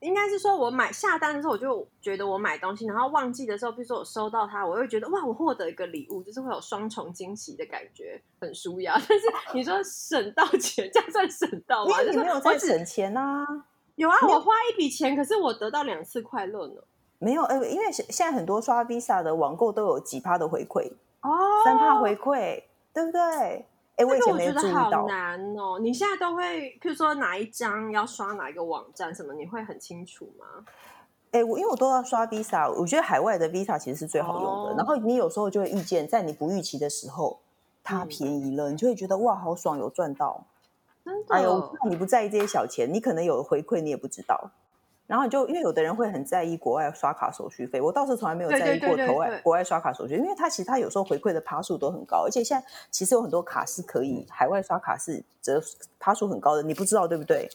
[SPEAKER 2] 应该是说，我买下单的时候，我就觉得我买东西，然后忘记的时候，比如说我收到它，我会觉得哇，我获得一个礼物，就是会有双重惊喜的感觉，很舒压。 但是你说省到钱，这样算省到
[SPEAKER 1] 因
[SPEAKER 2] 吗？
[SPEAKER 1] 为
[SPEAKER 2] 就
[SPEAKER 1] 你
[SPEAKER 2] 是
[SPEAKER 1] 没有
[SPEAKER 2] 我
[SPEAKER 1] 在
[SPEAKER 2] 只
[SPEAKER 1] 省钱啊。
[SPEAKER 2] 有啊，我花一笔钱，可是我得到两次快乐呢。
[SPEAKER 1] 没有，呃，因为现现在很多刷 Visa 的网购都有几趴的回馈，
[SPEAKER 2] 哦，
[SPEAKER 1] 三趴回馈，对不对？哎，我以
[SPEAKER 2] 这个
[SPEAKER 1] 前
[SPEAKER 2] 我
[SPEAKER 1] 没
[SPEAKER 2] 觉
[SPEAKER 1] 有
[SPEAKER 2] 得
[SPEAKER 1] 注意
[SPEAKER 2] 好
[SPEAKER 1] 到。
[SPEAKER 2] 难哦。你现在都会，譬如说哪一张要刷哪一个网站什么，你会很清楚吗？
[SPEAKER 1] 哎、我因为我都要刷 Visa，我觉得海外的 Visa 其实是最好用的。
[SPEAKER 2] 哦
[SPEAKER 1] 然后你有时候就会遇见，在你不预期的时候，它
[SPEAKER 2] 嗯
[SPEAKER 1] 便宜了，你就会觉得哇，好爽，有赚到。哎
[SPEAKER 2] 真的，
[SPEAKER 1] 哎呦，我知道你不在意这些小钱，你可能有回馈，你也不知道。然后你就因为有的人会很在意国外刷卡手续费，我倒是从来没有在意过
[SPEAKER 2] 对对对对
[SPEAKER 1] 国外
[SPEAKER 2] 对
[SPEAKER 1] 国外刷卡手续，因为它其实它有时候回馈的趴数都很高，而且现在其实有很多卡是可
[SPEAKER 2] 嗯
[SPEAKER 1] 以海外刷卡是折趴数很高的，你不知道对不对？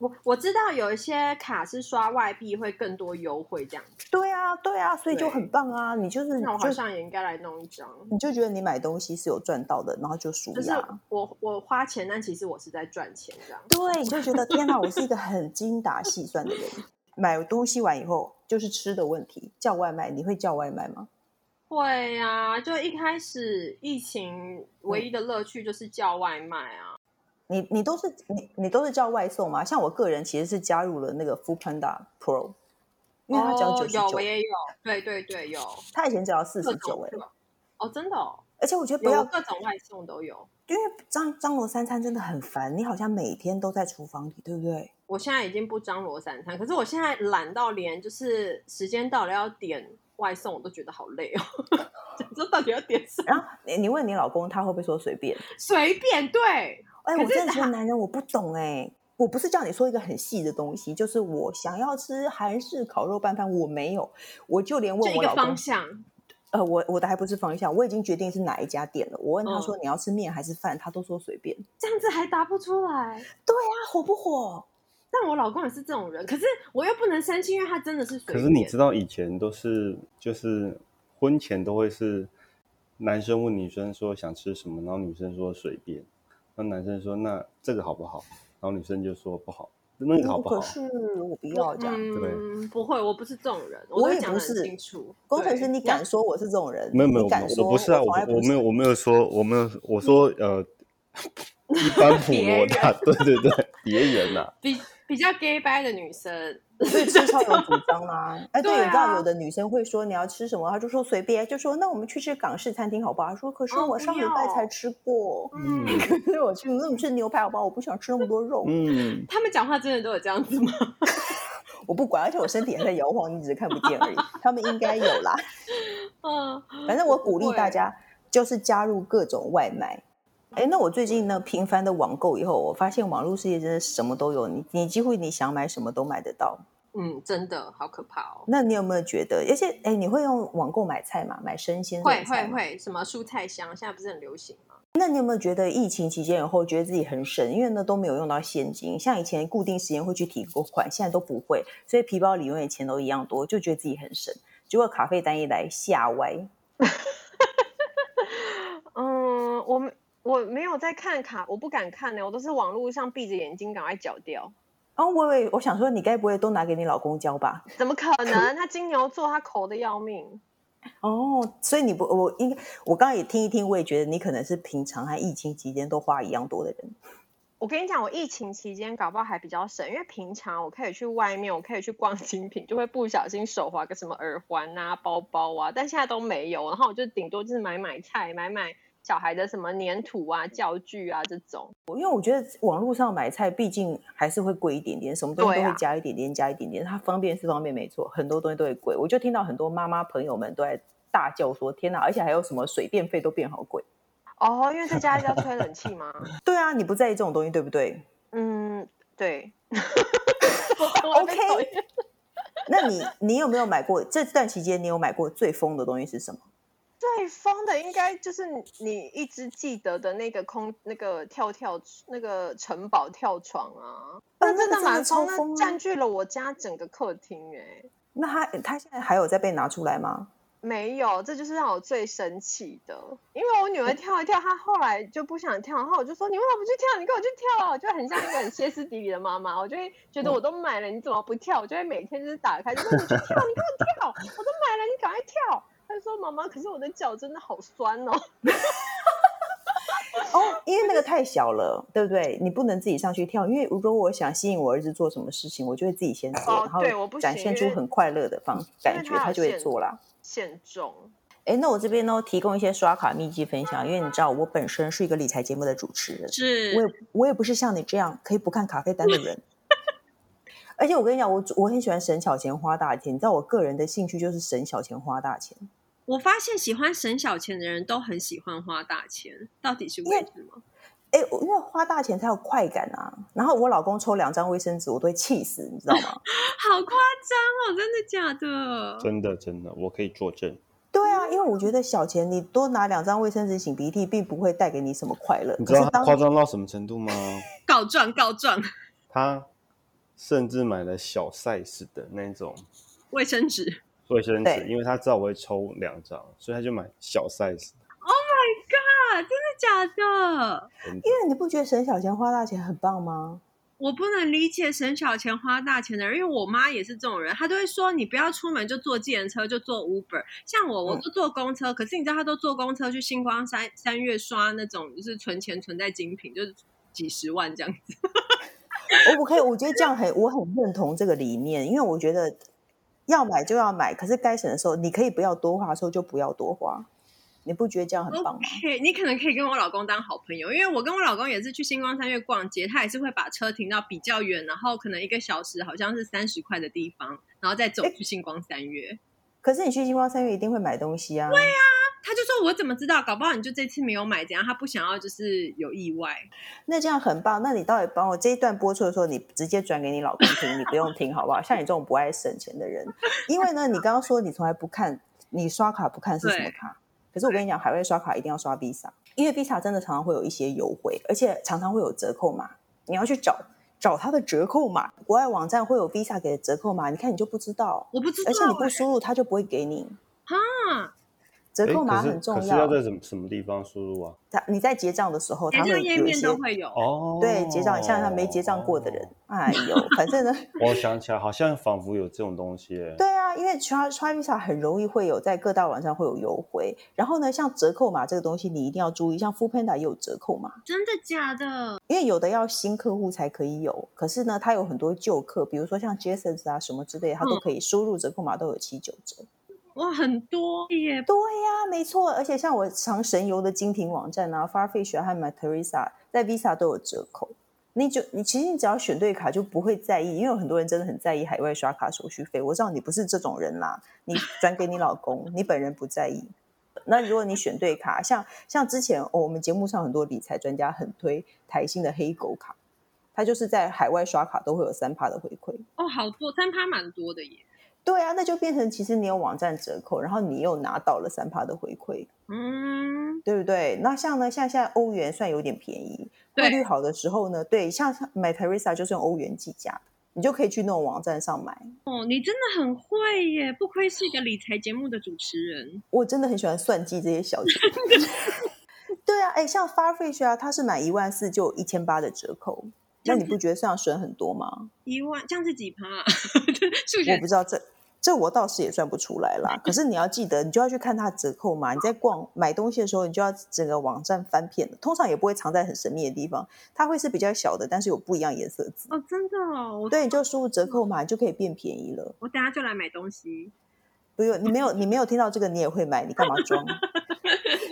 [SPEAKER 2] 我我知道有一些卡是刷外币会更多优惠这样子，
[SPEAKER 1] 对啊，对啊，所以就
[SPEAKER 2] 对
[SPEAKER 1] 很棒啊！你就是
[SPEAKER 2] 那我好
[SPEAKER 1] 就
[SPEAKER 2] 像也应该来弄一张。
[SPEAKER 1] 你就觉得你买东西是有赚到的，然后就数
[SPEAKER 2] 就是
[SPEAKER 1] 呀。
[SPEAKER 2] 我我花钱，但其实我是在赚钱这样。
[SPEAKER 1] 对，你就觉得天哪，我是一个很精打细算的人。买东西完以后就是吃的问题，叫外卖你会叫外卖吗？
[SPEAKER 2] 会呀、就一开始疫情唯
[SPEAKER 1] 嗯
[SPEAKER 2] 一的乐趣就是叫外卖啊。
[SPEAKER 1] 你你都是你你都是叫外送吗？像我个人其实是加入了那个 Food Panda Pro，因为它只要九
[SPEAKER 2] 哦，
[SPEAKER 1] 十
[SPEAKER 2] 有我
[SPEAKER 1] 九，
[SPEAKER 2] 也有，对对对，有
[SPEAKER 1] 它以前只要四
[SPEAKER 2] 各
[SPEAKER 1] 十九
[SPEAKER 2] 种
[SPEAKER 1] 哎，
[SPEAKER 2] 的哦，真的哦，
[SPEAKER 1] 而且我觉得不
[SPEAKER 2] 有
[SPEAKER 1] 要，
[SPEAKER 2] 各种外送都有。
[SPEAKER 1] 因为张张罗三餐真的很烦，你好像每天都在厨房里，对不对？
[SPEAKER 2] 我现在已经不张罗三餐，可是我现在懒到连就是时间到了要点外送，我都觉得好累哦。 想说到底要点什么？
[SPEAKER 1] 然后你你问你老公，他会不会说随便？
[SPEAKER 2] 随便对，
[SPEAKER 1] 哎、
[SPEAKER 2] 可
[SPEAKER 1] 我
[SPEAKER 2] 是
[SPEAKER 1] 真的觉得
[SPEAKER 2] 他
[SPEAKER 1] 男人我不懂哎、我不是叫你说一个很细的东西，就是我想要吃韩式烤肉拌饭，我没有，我就连
[SPEAKER 2] 就
[SPEAKER 1] 问
[SPEAKER 2] 一
[SPEAKER 1] 我
[SPEAKER 2] 个
[SPEAKER 1] 老
[SPEAKER 2] 方
[SPEAKER 1] 公，
[SPEAKER 2] 向。
[SPEAKER 1] 呃，我我的还不是方向，我已经决定是哪一家店了。我问他
[SPEAKER 2] 嗯
[SPEAKER 1] 说你要吃面还是饭，他都说随便。
[SPEAKER 2] 这样子还答不出来，
[SPEAKER 1] 啊，火不火？
[SPEAKER 2] 但我老公也是这种人，可是我又不能生气，因为他真的是随
[SPEAKER 3] 可
[SPEAKER 2] 便。
[SPEAKER 3] 是你知道以前都是就是婚前都会是男生问女生说想吃什么，然后女生说随便，那男生说那这个好不好，然后女生就说不好，那个好不好
[SPEAKER 1] 哦可？是我不要这样。
[SPEAKER 2] 嗯，不会，我不是这种人，
[SPEAKER 1] 我
[SPEAKER 2] 都
[SPEAKER 1] 也
[SPEAKER 2] 讲
[SPEAKER 1] 不
[SPEAKER 2] 得很
[SPEAKER 1] 是
[SPEAKER 2] 清楚。
[SPEAKER 1] 工程
[SPEAKER 2] 对
[SPEAKER 1] 师，你
[SPEAKER 2] 要
[SPEAKER 1] 敢说我是这种人？
[SPEAKER 3] 没有没有，
[SPEAKER 1] 你敢
[SPEAKER 3] 我
[SPEAKER 1] 说
[SPEAKER 3] 我不是啊，我
[SPEAKER 1] 从来
[SPEAKER 3] 我没有我
[SPEAKER 1] 是嗯
[SPEAKER 3] 没有说我没有我说呃，一般普
[SPEAKER 2] 别
[SPEAKER 3] 罗
[SPEAKER 2] 人
[SPEAKER 3] 大对对对，别人 呐、
[SPEAKER 2] 比比较 gay 掰的女生，
[SPEAKER 1] 所以 吃超有主张啦、哎，对，
[SPEAKER 2] 对
[SPEAKER 1] 你知道
[SPEAKER 2] 啊
[SPEAKER 1] 有的女生会说你要吃什么，她就说随便，就说那我们去吃港式餐厅好不好？她说可是
[SPEAKER 2] 哦
[SPEAKER 1] 我
[SPEAKER 2] 不
[SPEAKER 1] 上礼拜
[SPEAKER 2] 要
[SPEAKER 1] 才吃过，
[SPEAKER 3] 嗯
[SPEAKER 1] 可是我去那么吃牛排好不好？我不想吃那么多肉，
[SPEAKER 3] 嗯，
[SPEAKER 2] 他们讲话真的都有这样子吗？
[SPEAKER 1] 我不管，而且我身体还在摇晃，你只是看不见而已。他们应该有 啦，
[SPEAKER 2] 嗯，
[SPEAKER 1] 反正我鼓励
[SPEAKER 2] 会
[SPEAKER 1] 大家就是加入各种外卖。哎，那我最近呢频繁的网购以后，我发现网络世界真的什么都有，你你几乎你想买什么都买得到。
[SPEAKER 2] 嗯，真的好可怕哦。
[SPEAKER 1] 那你有没有觉得？而且哎，你会用网购买菜吗？买生鲜
[SPEAKER 2] 会
[SPEAKER 1] 的菜
[SPEAKER 2] 会
[SPEAKER 1] 吗。
[SPEAKER 2] 会，什么蔬菜箱现在不是很流行吗？
[SPEAKER 1] 那你有没有觉得疫情期间以后，觉得自己很省？因为呢都没有用到现金，像以前固定时间会去提款，现在都不会，所以皮包里永远钱都一样多，就觉得自己很省。结果卡费单一来吓歪，
[SPEAKER 2] 嗯，我没我没有在看卡，我不敢看呢、我都是网络上闭着眼睛赶快缴掉。
[SPEAKER 1] 哦，我以为我想说，你该不会都拿给你老公交吧？
[SPEAKER 2] 怎么 可能？他金牛座，他抠的要命。
[SPEAKER 1] 哦，所以你不，我应该，我刚刚也听一听，我也觉得你可能是平常和疫情期间都花一样多的人。
[SPEAKER 2] 我跟你讲，我疫情期间搞不好还比较省，因为平常我可以去外面，我可以去逛精品，就会不小心手滑个什么耳环啊、包包啊，但现在都没有。然后我就顶多就是买买菜，买买小孩的什么粘土啊、教具啊这种。
[SPEAKER 1] 因为我觉得网络上买菜，毕竟还是会贵一点点，什么东西
[SPEAKER 2] 对
[SPEAKER 1] 都
[SPEAKER 2] 啊
[SPEAKER 1] 会加一点点，加一点点。它方便是方便，没错，很多东西都会贵。我就听到很多妈妈朋友们都在大叫说：“天哪！”而且还有什么水电费都变好贵。
[SPEAKER 2] 哦，因为在家要吹冷气嘛。
[SPEAKER 1] 对啊，你不在意这种东西，对不对？
[SPEAKER 2] 嗯，对。
[SPEAKER 1] OK 那你你有没有买过这段期间你有买过最疯的东西是什么？
[SPEAKER 2] 最疯的应该就是你一直记得的那个空那个跳跳那个城堡跳床啊，
[SPEAKER 1] 啊
[SPEAKER 2] 那真的蛮
[SPEAKER 1] 超
[SPEAKER 2] 疯，
[SPEAKER 1] 疯
[SPEAKER 2] 那
[SPEAKER 1] 啊
[SPEAKER 2] 占据了我家整个客厅哎、
[SPEAKER 1] 那他他现在还有在被拿出来吗？
[SPEAKER 2] 没有，这就是让我最生气的，因为我女儿跳一跳，她后来就不想跳，然后我就说你为什么不去跳？你跟我去跳啊！就很像一个很歇斯底里的妈妈，我就会觉得我都买了，你怎么不跳？我就会每天就是打开就说你去跳，你跟我跳，我都买了，你赶快跳。她就说妈妈，可是我的脚真的好酸哦。
[SPEAKER 1] 哦， 因为那个太小了，对不对？你不能自己上去跳，因为如果我想吸引我儿子做什么事情，我就会自己先做，
[SPEAKER 2] 哦
[SPEAKER 1] 然后
[SPEAKER 2] 对我不
[SPEAKER 1] 展
[SPEAKER 2] 行
[SPEAKER 1] 现
[SPEAKER 2] 因
[SPEAKER 1] 出
[SPEAKER 2] 为
[SPEAKER 1] 很快乐的方感觉，
[SPEAKER 2] 它有
[SPEAKER 1] 他就会
[SPEAKER 2] 限
[SPEAKER 1] 做啦。
[SPEAKER 2] 现重。
[SPEAKER 1] 哎，那我这边呢提供一些刷卡秘籍分享，因为你知道我本身是一个理财节目的主持人，我
[SPEAKER 2] 是，
[SPEAKER 1] 也我也不是像你这样可以不看咖啡单的 人。而且我跟你讲，我我很喜欢省小钱花大钱，你知道我个人的兴趣就是省小钱花大钱。
[SPEAKER 2] 我发现喜欢省小钱的人都很喜欢花大钱，到底是为什么？
[SPEAKER 1] 哎、哎、我因为花大钱才有快感啊。然后我老公抽两张卫生纸，我都会气死，你知道吗？
[SPEAKER 2] 好夸张哦，真的假的？
[SPEAKER 3] 真的真的，我可以作证。
[SPEAKER 1] 对啊，因为
[SPEAKER 3] 嗯
[SPEAKER 1] 我觉得小钱你多拿两张卫生纸擤鼻涕，并不会带给你什么快乐。
[SPEAKER 3] 你知
[SPEAKER 1] 可
[SPEAKER 3] 道
[SPEAKER 1] 是
[SPEAKER 3] 他
[SPEAKER 1] 当
[SPEAKER 3] 夸张到什么程度吗？
[SPEAKER 2] 告状告状，
[SPEAKER 3] 他甚至买了小 size 的那种
[SPEAKER 2] 卫生纸
[SPEAKER 3] 卫生纸，
[SPEAKER 1] 对
[SPEAKER 3] 因为他知道我会抽两张，所以他就买小 size 的。
[SPEAKER 2] 啊，真的假的？
[SPEAKER 3] 真的
[SPEAKER 1] 因为你不觉得省小钱花大钱很棒吗？
[SPEAKER 2] 我不能理解省小钱花大钱的人，因为我妈也是这种人，她都会说你不要出门就坐计程车，就坐 Uber。像我，我
[SPEAKER 1] 嗯
[SPEAKER 2] 都坐公车，可是你知道她都坐公车去星光三三月刷那种，就是存钱存在精品，就是几十万这样子。
[SPEAKER 1] 我我可以，我觉得这样很，我很认同这个理念，因为我觉得要买就要买，可是该省的时候，你可以不要多花的时候就不要多花，你不觉得这样很棒啊吗？
[SPEAKER 2] OK，你可能可以跟我老公当好朋友，因为我跟我老公也是去星光三月逛街，他也是会把车停到比较远，然后可能一个小时好像是三十块的地方，然后再走去星光三月。
[SPEAKER 1] 可是你去星光三月一定会买东西啊，对啊，
[SPEAKER 2] 他就说：“我怎么知道？搞不好你就这次没有买，怎样？他不想要就是有意外。
[SPEAKER 1] 那这样很棒。那你到底帮我这一段播出的时候，你直接转给你老公听，你不用听好不好？像你这种不爱省钱的人，因为呢，你刚刚说你从来不看，你刷卡不看是什么
[SPEAKER 2] 对
[SPEAKER 1] 卡？可是我跟你讲，海外刷卡一定要刷 Visa，因为 Visa 真的常常会有一些优惠，而且常常会有折扣码，你要去找找它的折扣码。国外网站会有 Visa 给的折扣码，你看你就不知道，
[SPEAKER 2] 我不知道欸
[SPEAKER 1] 而且你不输入它就不会给你。
[SPEAKER 2] 啊，
[SPEAKER 1] 折扣码
[SPEAKER 3] 诶可是
[SPEAKER 1] 很重
[SPEAKER 3] 可是
[SPEAKER 1] 要
[SPEAKER 3] 要，在什么什么地方输入啊？
[SPEAKER 1] 它你在结账的时候，它
[SPEAKER 2] 连
[SPEAKER 1] 会有
[SPEAKER 2] 这个页
[SPEAKER 1] 一
[SPEAKER 2] 面
[SPEAKER 1] 些
[SPEAKER 2] 都会有。
[SPEAKER 3] 哦，
[SPEAKER 1] 对，结账像他没结账过的人，哎呦，反正呢，
[SPEAKER 3] 哦我想起来，好像仿佛有这种东西耶。
[SPEAKER 1] 对啊，因为 Tra Travisa 很容易会有在各大网站会有优惠，然后呢，像折扣码这个东西你一定要注意，像 f o o p a n d a 也有折扣码，
[SPEAKER 2] 真的假的？
[SPEAKER 1] 因为有的要新客户才可以有，可是呢，它有很多旧客，比如说像 Jasons 啊什么之类的，它都可以输入折扣码都有七九折。
[SPEAKER 2] 哇，很多耶！
[SPEAKER 1] 对呀、没错，而且像我常神游的精品网站啊，Farfish 啊和 m a t e r i s a 在 Visa 都有折扣。你就你其实你只要选对卡就不会在意，因为有很多人真的很在意海外刷卡手续费。我知道你不是这种人啦，你转给你老公， 你本人不在意。那如果你选对卡，像像之前、哦、我们节目上很多理财专家很推台新的黑狗卡，它就是在海外刷卡都会有三趴的回馈。
[SPEAKER 2] 哦，好多三趴蛮多的耶。
[SPEAKER 1] 对啊，那就变成其实你有网站折扣，然后你又拿到了三趴的回馈，
[SPEAKER 2] 嗯，
[SPEAKER 1] 对不对？那像呢，像现在欧元算有点便宜，汇
[SPEAKER 2] 对
[SPEAKER 1] 率好的时候呢，对，像 m y Teresa 就是用欧元计价的，你就可以去那种网站上买。
[SPEAKER 2] 哦，你真的很会耶，不愧是一个理财节目的主持人。
[SPEAKER 1] 我真的很喜欢算计这些小姐。对啊，哎，像 Farfish 啊，它是买一万四就有一千八的折扣，那你不觉得这样省很多吗？
[SPEAKER 2] 一万，这样是几趴啊？ 数
[SPEAKER 1] 我
[SPEAKER 2] 学
[SPEAKER 1] 不知道这。这我倒是也算不出来啦，可是你要记得，你就要去看它的折扣嘛。你在逛买东西的时候，你就要整个网站翻遍了，通常也不会藏在很神秘的地方，它会是比较小的，但是有不一样颜色的字。
[SPEAKER 2] 哦，真的哦，我
[SPEAKER 1] 对，你就输入折扣码，你就可以变便宜了。
[SPEAKER 2] 我等下就来买东西。
[SPEAKER 1] 不用，你没有，你没有听到这个，你也会买，你干嘛装？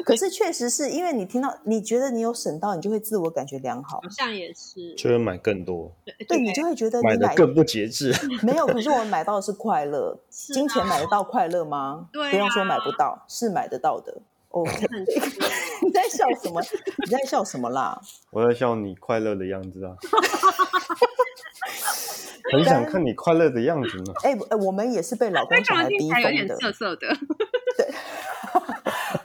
[SPEAKER 1] 可是确实是因为你听到，你觉得你有省到，你就会自我感觉良好
[SPEAKER 2] 好，像也是，
[SPEAKER 3] 就会买更多，
[SPEAKER 1] 对你就会觉得你
[SPEAKER 3] 买的
[SPEAKER 1] 买
[SPEAKER 3] 更不节制。
[SPEAKER 1] 没有。可是我们买到的是快 乐，
[SPEAKER 2] 是啊
[SPEAKER 1] 金钱买得到快乐吗？
[SPEAKER 2] 对啊
[SPEAKER 1] 不用说买不到，是买得到的。哦，
[SPEAKER 2] 很多
[SPEAKER 1] 你在笑什么？你在笑什么啦？
[SPEAKER 3] 我在笑你快乐的样子 啊，很想看你快乐的样子呢。
[SPEAKER 1] 哎、哎我们也是被老公
[SPEAKER 2] 为什
[SPEAKER 1] 小
[SPEAKER 2] 么
[SPEAKER 1] 孩
[SPEAKER 2] 听
[SPEAKER 1] 逼
[SPEAKER 2] 起来有
[SPEAKER 1] 疯
[SPEAKER 2] 点
[SPEAKER 1] 的，
[SPEAKER 2] 涩涩的？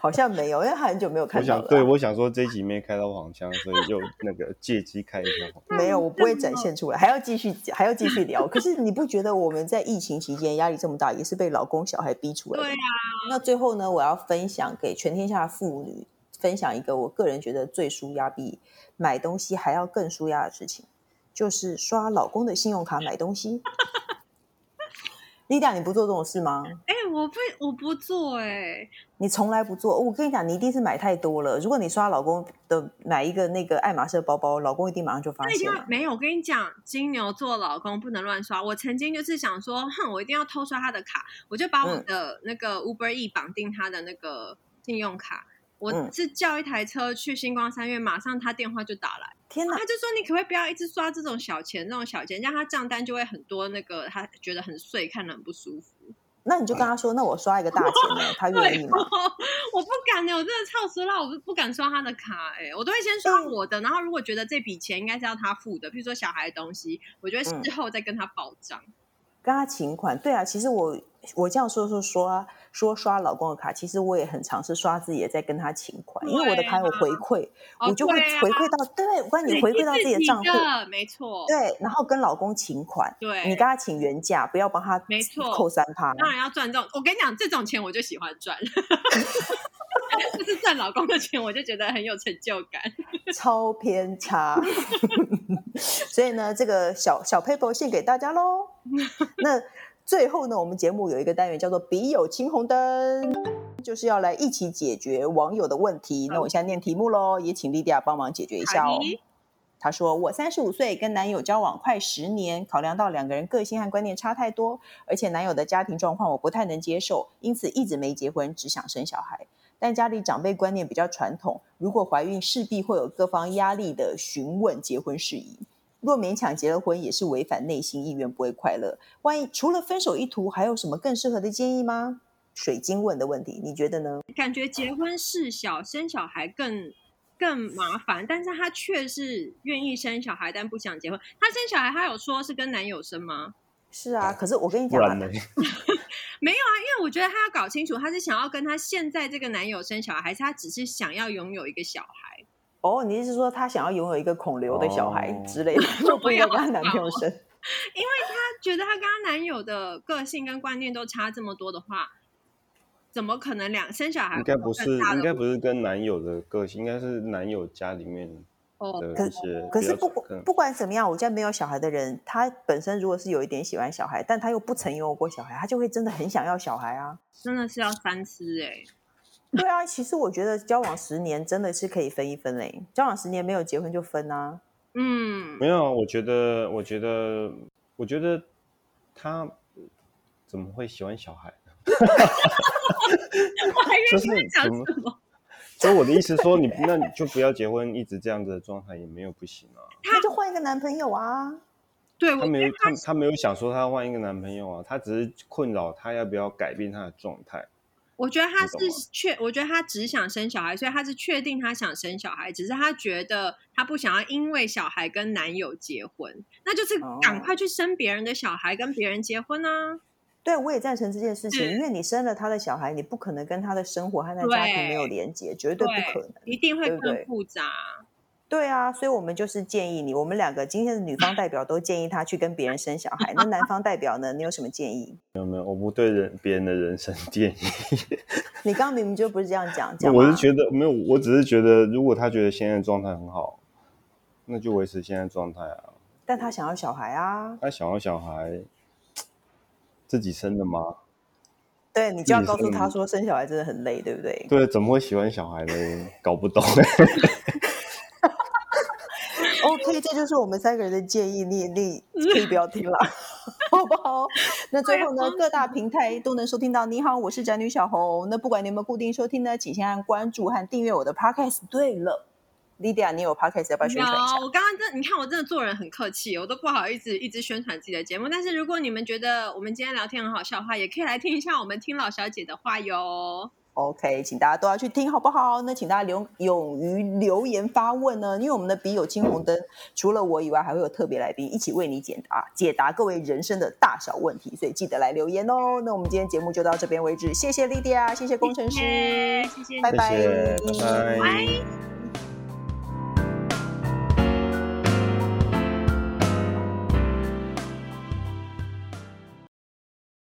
[SPEAKER 1] 好像没有，因为他很久没有
[SPEAKER 3] 我
[SPEAKER 1] 看到了
[SPEAKER 3] 想，
[SPEAKER 1] 啊。
[SPEAKER 3] 对我想说这一集没开到黄腔，所以就那个借机开一下 黄。
[SPEAKER 1] 没有，我不会展
[SPEAKER 2] 嗯
[SPEAKER 1] 现出来，还要继续，还要继续聊。可是你不觉得我们在疫情期间压力这么大，也是被老公小孩逼出来的？
[SPEAKER 2] 对啊
[SPEAKER 1] 那最后呢，我要分享给全天下的妇女，分享一个我个人觉得最舒压比买东西还要更舒压的事情，就是刷老公的信用卡买东 西。丽达，你不做这种事吗？
[SPEAKER 2] 哎、我不，我不做哎、
[SPEAKER 1] 你从来不做。我跟你讲，你一定是买太多了。如果你刷老公的买一个那个爱马仕的包包，老公一定马上就发
[SPEAKER 2] 那一定
[SPEAKER 1] 现
[SPEAKER 2] 要
[SPEAKER 1] 了。
[SPEAKER 2] 没有，我跟你讲，金牛座老公不能乱刷。我曾经就是想说，哼，我一定要偷刷他的卡，我就把我
[SPEAKER 1] 嗯
[SPEAKER 2] 的那个 Uber E 绑定他的那个信用卡。我
[SPEAKER 1] 嗯
[SPEAKER 2] 是叫一台车去星光三月，马上他电话就打来，
[SPEAKER 1] 天哪
[SPEAKER 2] 他！就说你可不可以不要一直刷这种小钱，那种小钱，这样他账单就会很多，那个他觉得很碎，看得很不舒服。
[SPEAKER 1] 那你就跟他说，那我刷一个大钱呢，他 愿意吗？
[SPEAKER 2] 哦我不敢欸呢、我真的超时了，我不不敢刷他的卡、哎，我都会先
[SPEAKER 1] 嗯
[SPEAKER 2] 刷我的，然后如果觉得这笔钱应该是要他付的，譬如说小孩的东西，我就会
[SPEAKER 1] 嗯
[SPEAKER 2] 事后再跟他报账。
[SPEAKER 1] 跟他请款。对啊，其实我我这样说说说啊说刷老公的卡，其实我也很尝试刷自己，也在跟他请款，因为我的卡有回馈，
[SPEAKER 2] 哦
[SPEAKER 1] 我就会
[SPEAKER 2] 对啊
[SPEAKER 1] 回馈到对，不然你
[SPEAKER 2] 对
[SPEAKER 1] 回
[SPEAKER 2] 是
[SPEAKER 1] 馈到自己的账户，
[SPEAKER 2] 的没错，
[SPEAKER 1] 对，然后跟老公请款，
[SPEAKER 2] 对
[SPEAKER 1] 你跟他请原价，不要帮他
[SPEAKER 2] 没错
[SPEAKER 1] 扣三趴。
[SPEAKER 2] 当然要赚这种。我跟你讲，这种钱我就喜欢赚， 就是赚老公的钱，我就觉得很有成就感。
[SPEAKER 1] 超偏 差。所以呢，这个小小 paper 献给大家喽。那最后呢，我们节目有一个单元叫做“笔友青红灯”，就是要来一起解决网友的问题。那我现在念题目喽，也请莉迪亚帮忙解决一下哦
[SPEAKER 2] 好的。
[SPEAKER 1] 她说：“我三十五岁，跟男友交往快十年，考量到两个人个性和观念差太多，而且男友的家庭状况我不太能接受，因此一直没结婚，只想生小孩。但家里长辈观念比较传统，如果怀孕势必会有各方压力的询问结婚事宜。若勉强结了婚，也是违反内心意愿，不会快乐。万一除了分手一途，还有什么更适合的建议吗？水晶问的问题，你觉得呢？
[SPEAKER 2] 感觉结婚事小，生小孩更更麻烦，但是她却是愿意生小孩，但不想结婚。她生小孩，她有说是跟男友生吗？
[SPEAKER 1] 是啊，可是我跟你
[SPEAKER 3] 哎不
[SPEAKER 1] 讲、啊
[SPEAKER 3] 然，呢？
[SPEAKER 2] 没有啊，因为我觉得她要搞清楚，她是想要跟她现在这个男友生小孩，还是她只是想要拥有一个小孩？
[SPEAKER 1] 哦，你意思是说她想要拥有一个孔刘的小孩
[SPEAKER 3] 哦
[SPEAKER 1] 之类 的，就不应该跟她男朋友生？
[SPEAKER 2] 她觉得她跟她男友的个性跟观念都差这么多的话，怎么可能两生小孩
[SPEAKER 3] 应
[SPEAKER 2] 会
[SPEAKER 3] 该
[SPEAKER 2] 有
[SPEAKER 3] 不
[SPEAKER 2] 更大
[SPEAKER 3] 是，
[SPEAKER 2] 的
[SPEAKER 3] 应该
[SPEAKER 2] 问
[SPEAKER 3] 不是跟男友的个性，应该是男友家里面
[SPEAKER 2] 哦
[SPEAKER 3] 的
[SPEAKER 1] 可
[SPEAKER 3] 一些
[SPEAKER 1] 可
[SPEAKER 3] 比
[SPEAKER 1] 是
[SPEAKER 3] 较
[SPEAKER 1] 不
[SPEAKER 3] 可能
[SPEAKER 1] 管不管怎么样，我家没有小孩的人，他本身如果是有一点喜欢小孩，但他又不曾拥有过小孩，他就会真的很想要小孩啊。
[SPEAKER 2] 真的是要三思哎、
[SPEAKER 1] 对啊，其实我觉得交往十年真的是可以分一分嘞，交往十年没有结婚就分啊。
[SPEAKER 2] 嗯
[SPEAKER 3] 没，有啊，我觉得，我觉得，我觉得他呃怎么会喜欢小孩呢？
[SPEAKER 2] 我还以
[SPEAKER 3] 就
[SPEAKER 2] 为
[SPEAKER 3] 是
[SPEAKER 2] 你会讲
[SPEAKER 3] 怎么
[SPEAKER 2] 什么？
[SPEAKER 3] 所以我的意思说，你那你就不要结婚，一直这样子的状态也没有不行啊。
[SPEAKER 1] 那就换一个男朋友啊。
[SPEAKER 2] 对，我
[SPEAKER 3] 他
[SPEAKER 2] 觉
[SPEAKER 3] 没有
[SPEAKER 2] 得，
[SPEAKER 3] 他他没有想说他要换一个男朋友啊，他只是困扰他要不要改变他的状态。
[SPEAKER 2] 我觉得他
[SPEAKER 3] 你
[SPEAKER 2] 是
[SPEAKER 3] 懂吗
[SPEAKER 2] 确，我觉得他只想生小孩，所以他是确定他想生小孩，只是他觉得他不想要因为小孩跟男友结婚，那就是
[SPEAKER 1] 哦
[SPEAKER 2] 赶快去生别人的小孩，跟别人结婚啊。
[SPEAKER 1] 对，我也赞成这件事情，
[SPEAKER 2] 嗯
[SPEAKER 1] 因为你生了他的小孩，你不可能跟他的生活和他的家庭没有连接，绝对不可能。
[SPEAKER 2] 一定会
[SPEAKER 1] 对不对
[SPEAKER 2] 更复杂。
[SPEAKER 1] 对啊，所以我们就是建议你，我们两个今天的女方代表都建议他去跟别人生小孩，那男方代表呢，你有什么建议？
[SPEAKER 3] 没有没有，我不对人别人的人生建议。
[SPEAKER 1] 你刚刚明明就不是这样讲，讲
[SPEAKER 3] 我是
[SPEAKER 1] 嘛
[SPEAKER 3] 觉得没有，我只是觉得，如果他觉得现在的状态很好，那就维持现在的状态啊。
[SPEAKER 1] 但他想要小孩啊，
[SPEAKER 3] 他想要小孩，自己生的吗？
[SPEAKER 1] 对你就要
[SPEAKER 3] 自己
[SPEAKER 1] 告诉
[SPEAKER 3] 生
[SPEAKER 1] 他说，生小孩真的很累，对不对？
[SPEAKER 3] 对，怎么会喜欢小孩呢？搞不懂。
[SPEAKER 1] OK，这就是我们三个人的建议，你你可以不要听了， 好不好？那最后呢，各大平台都能收听到。你好，我是宅女小红。那不管你有没有固定收听呢，请先按关注和订阅我的 Podcast。对了，Lydia，你有 Podcast 要不要宣传一下
[SPEAKER 2] 有，？我刚刚真，你看我真的做人很客气，我都不好意思一直宣传自己的节目。但是如果你们觉得我们今天聊天很好笑的话，也可以来听一下我们听老小姐的话哟。
[SPEAKER 1] OK，请大家都要去听，好不好？那请大家留勇于留言发问呢，因为我们的笔友青红灯，除了我以外，还会有特别来宾一起为你解答解答各位人生的大小问题，所以记得来留言哦。那我们今天节目就到这边为止，谢谢莉迪亚，谢谢工程师，
[SPEAKER 2] 耶谢谢你
[SPEAKER 1] 拜
[SPEAKER 3] 谢
[SPEAKER 1] 拜
[SPEAKER 3] 谢，拜拜。
[SPEAKER 2] 拜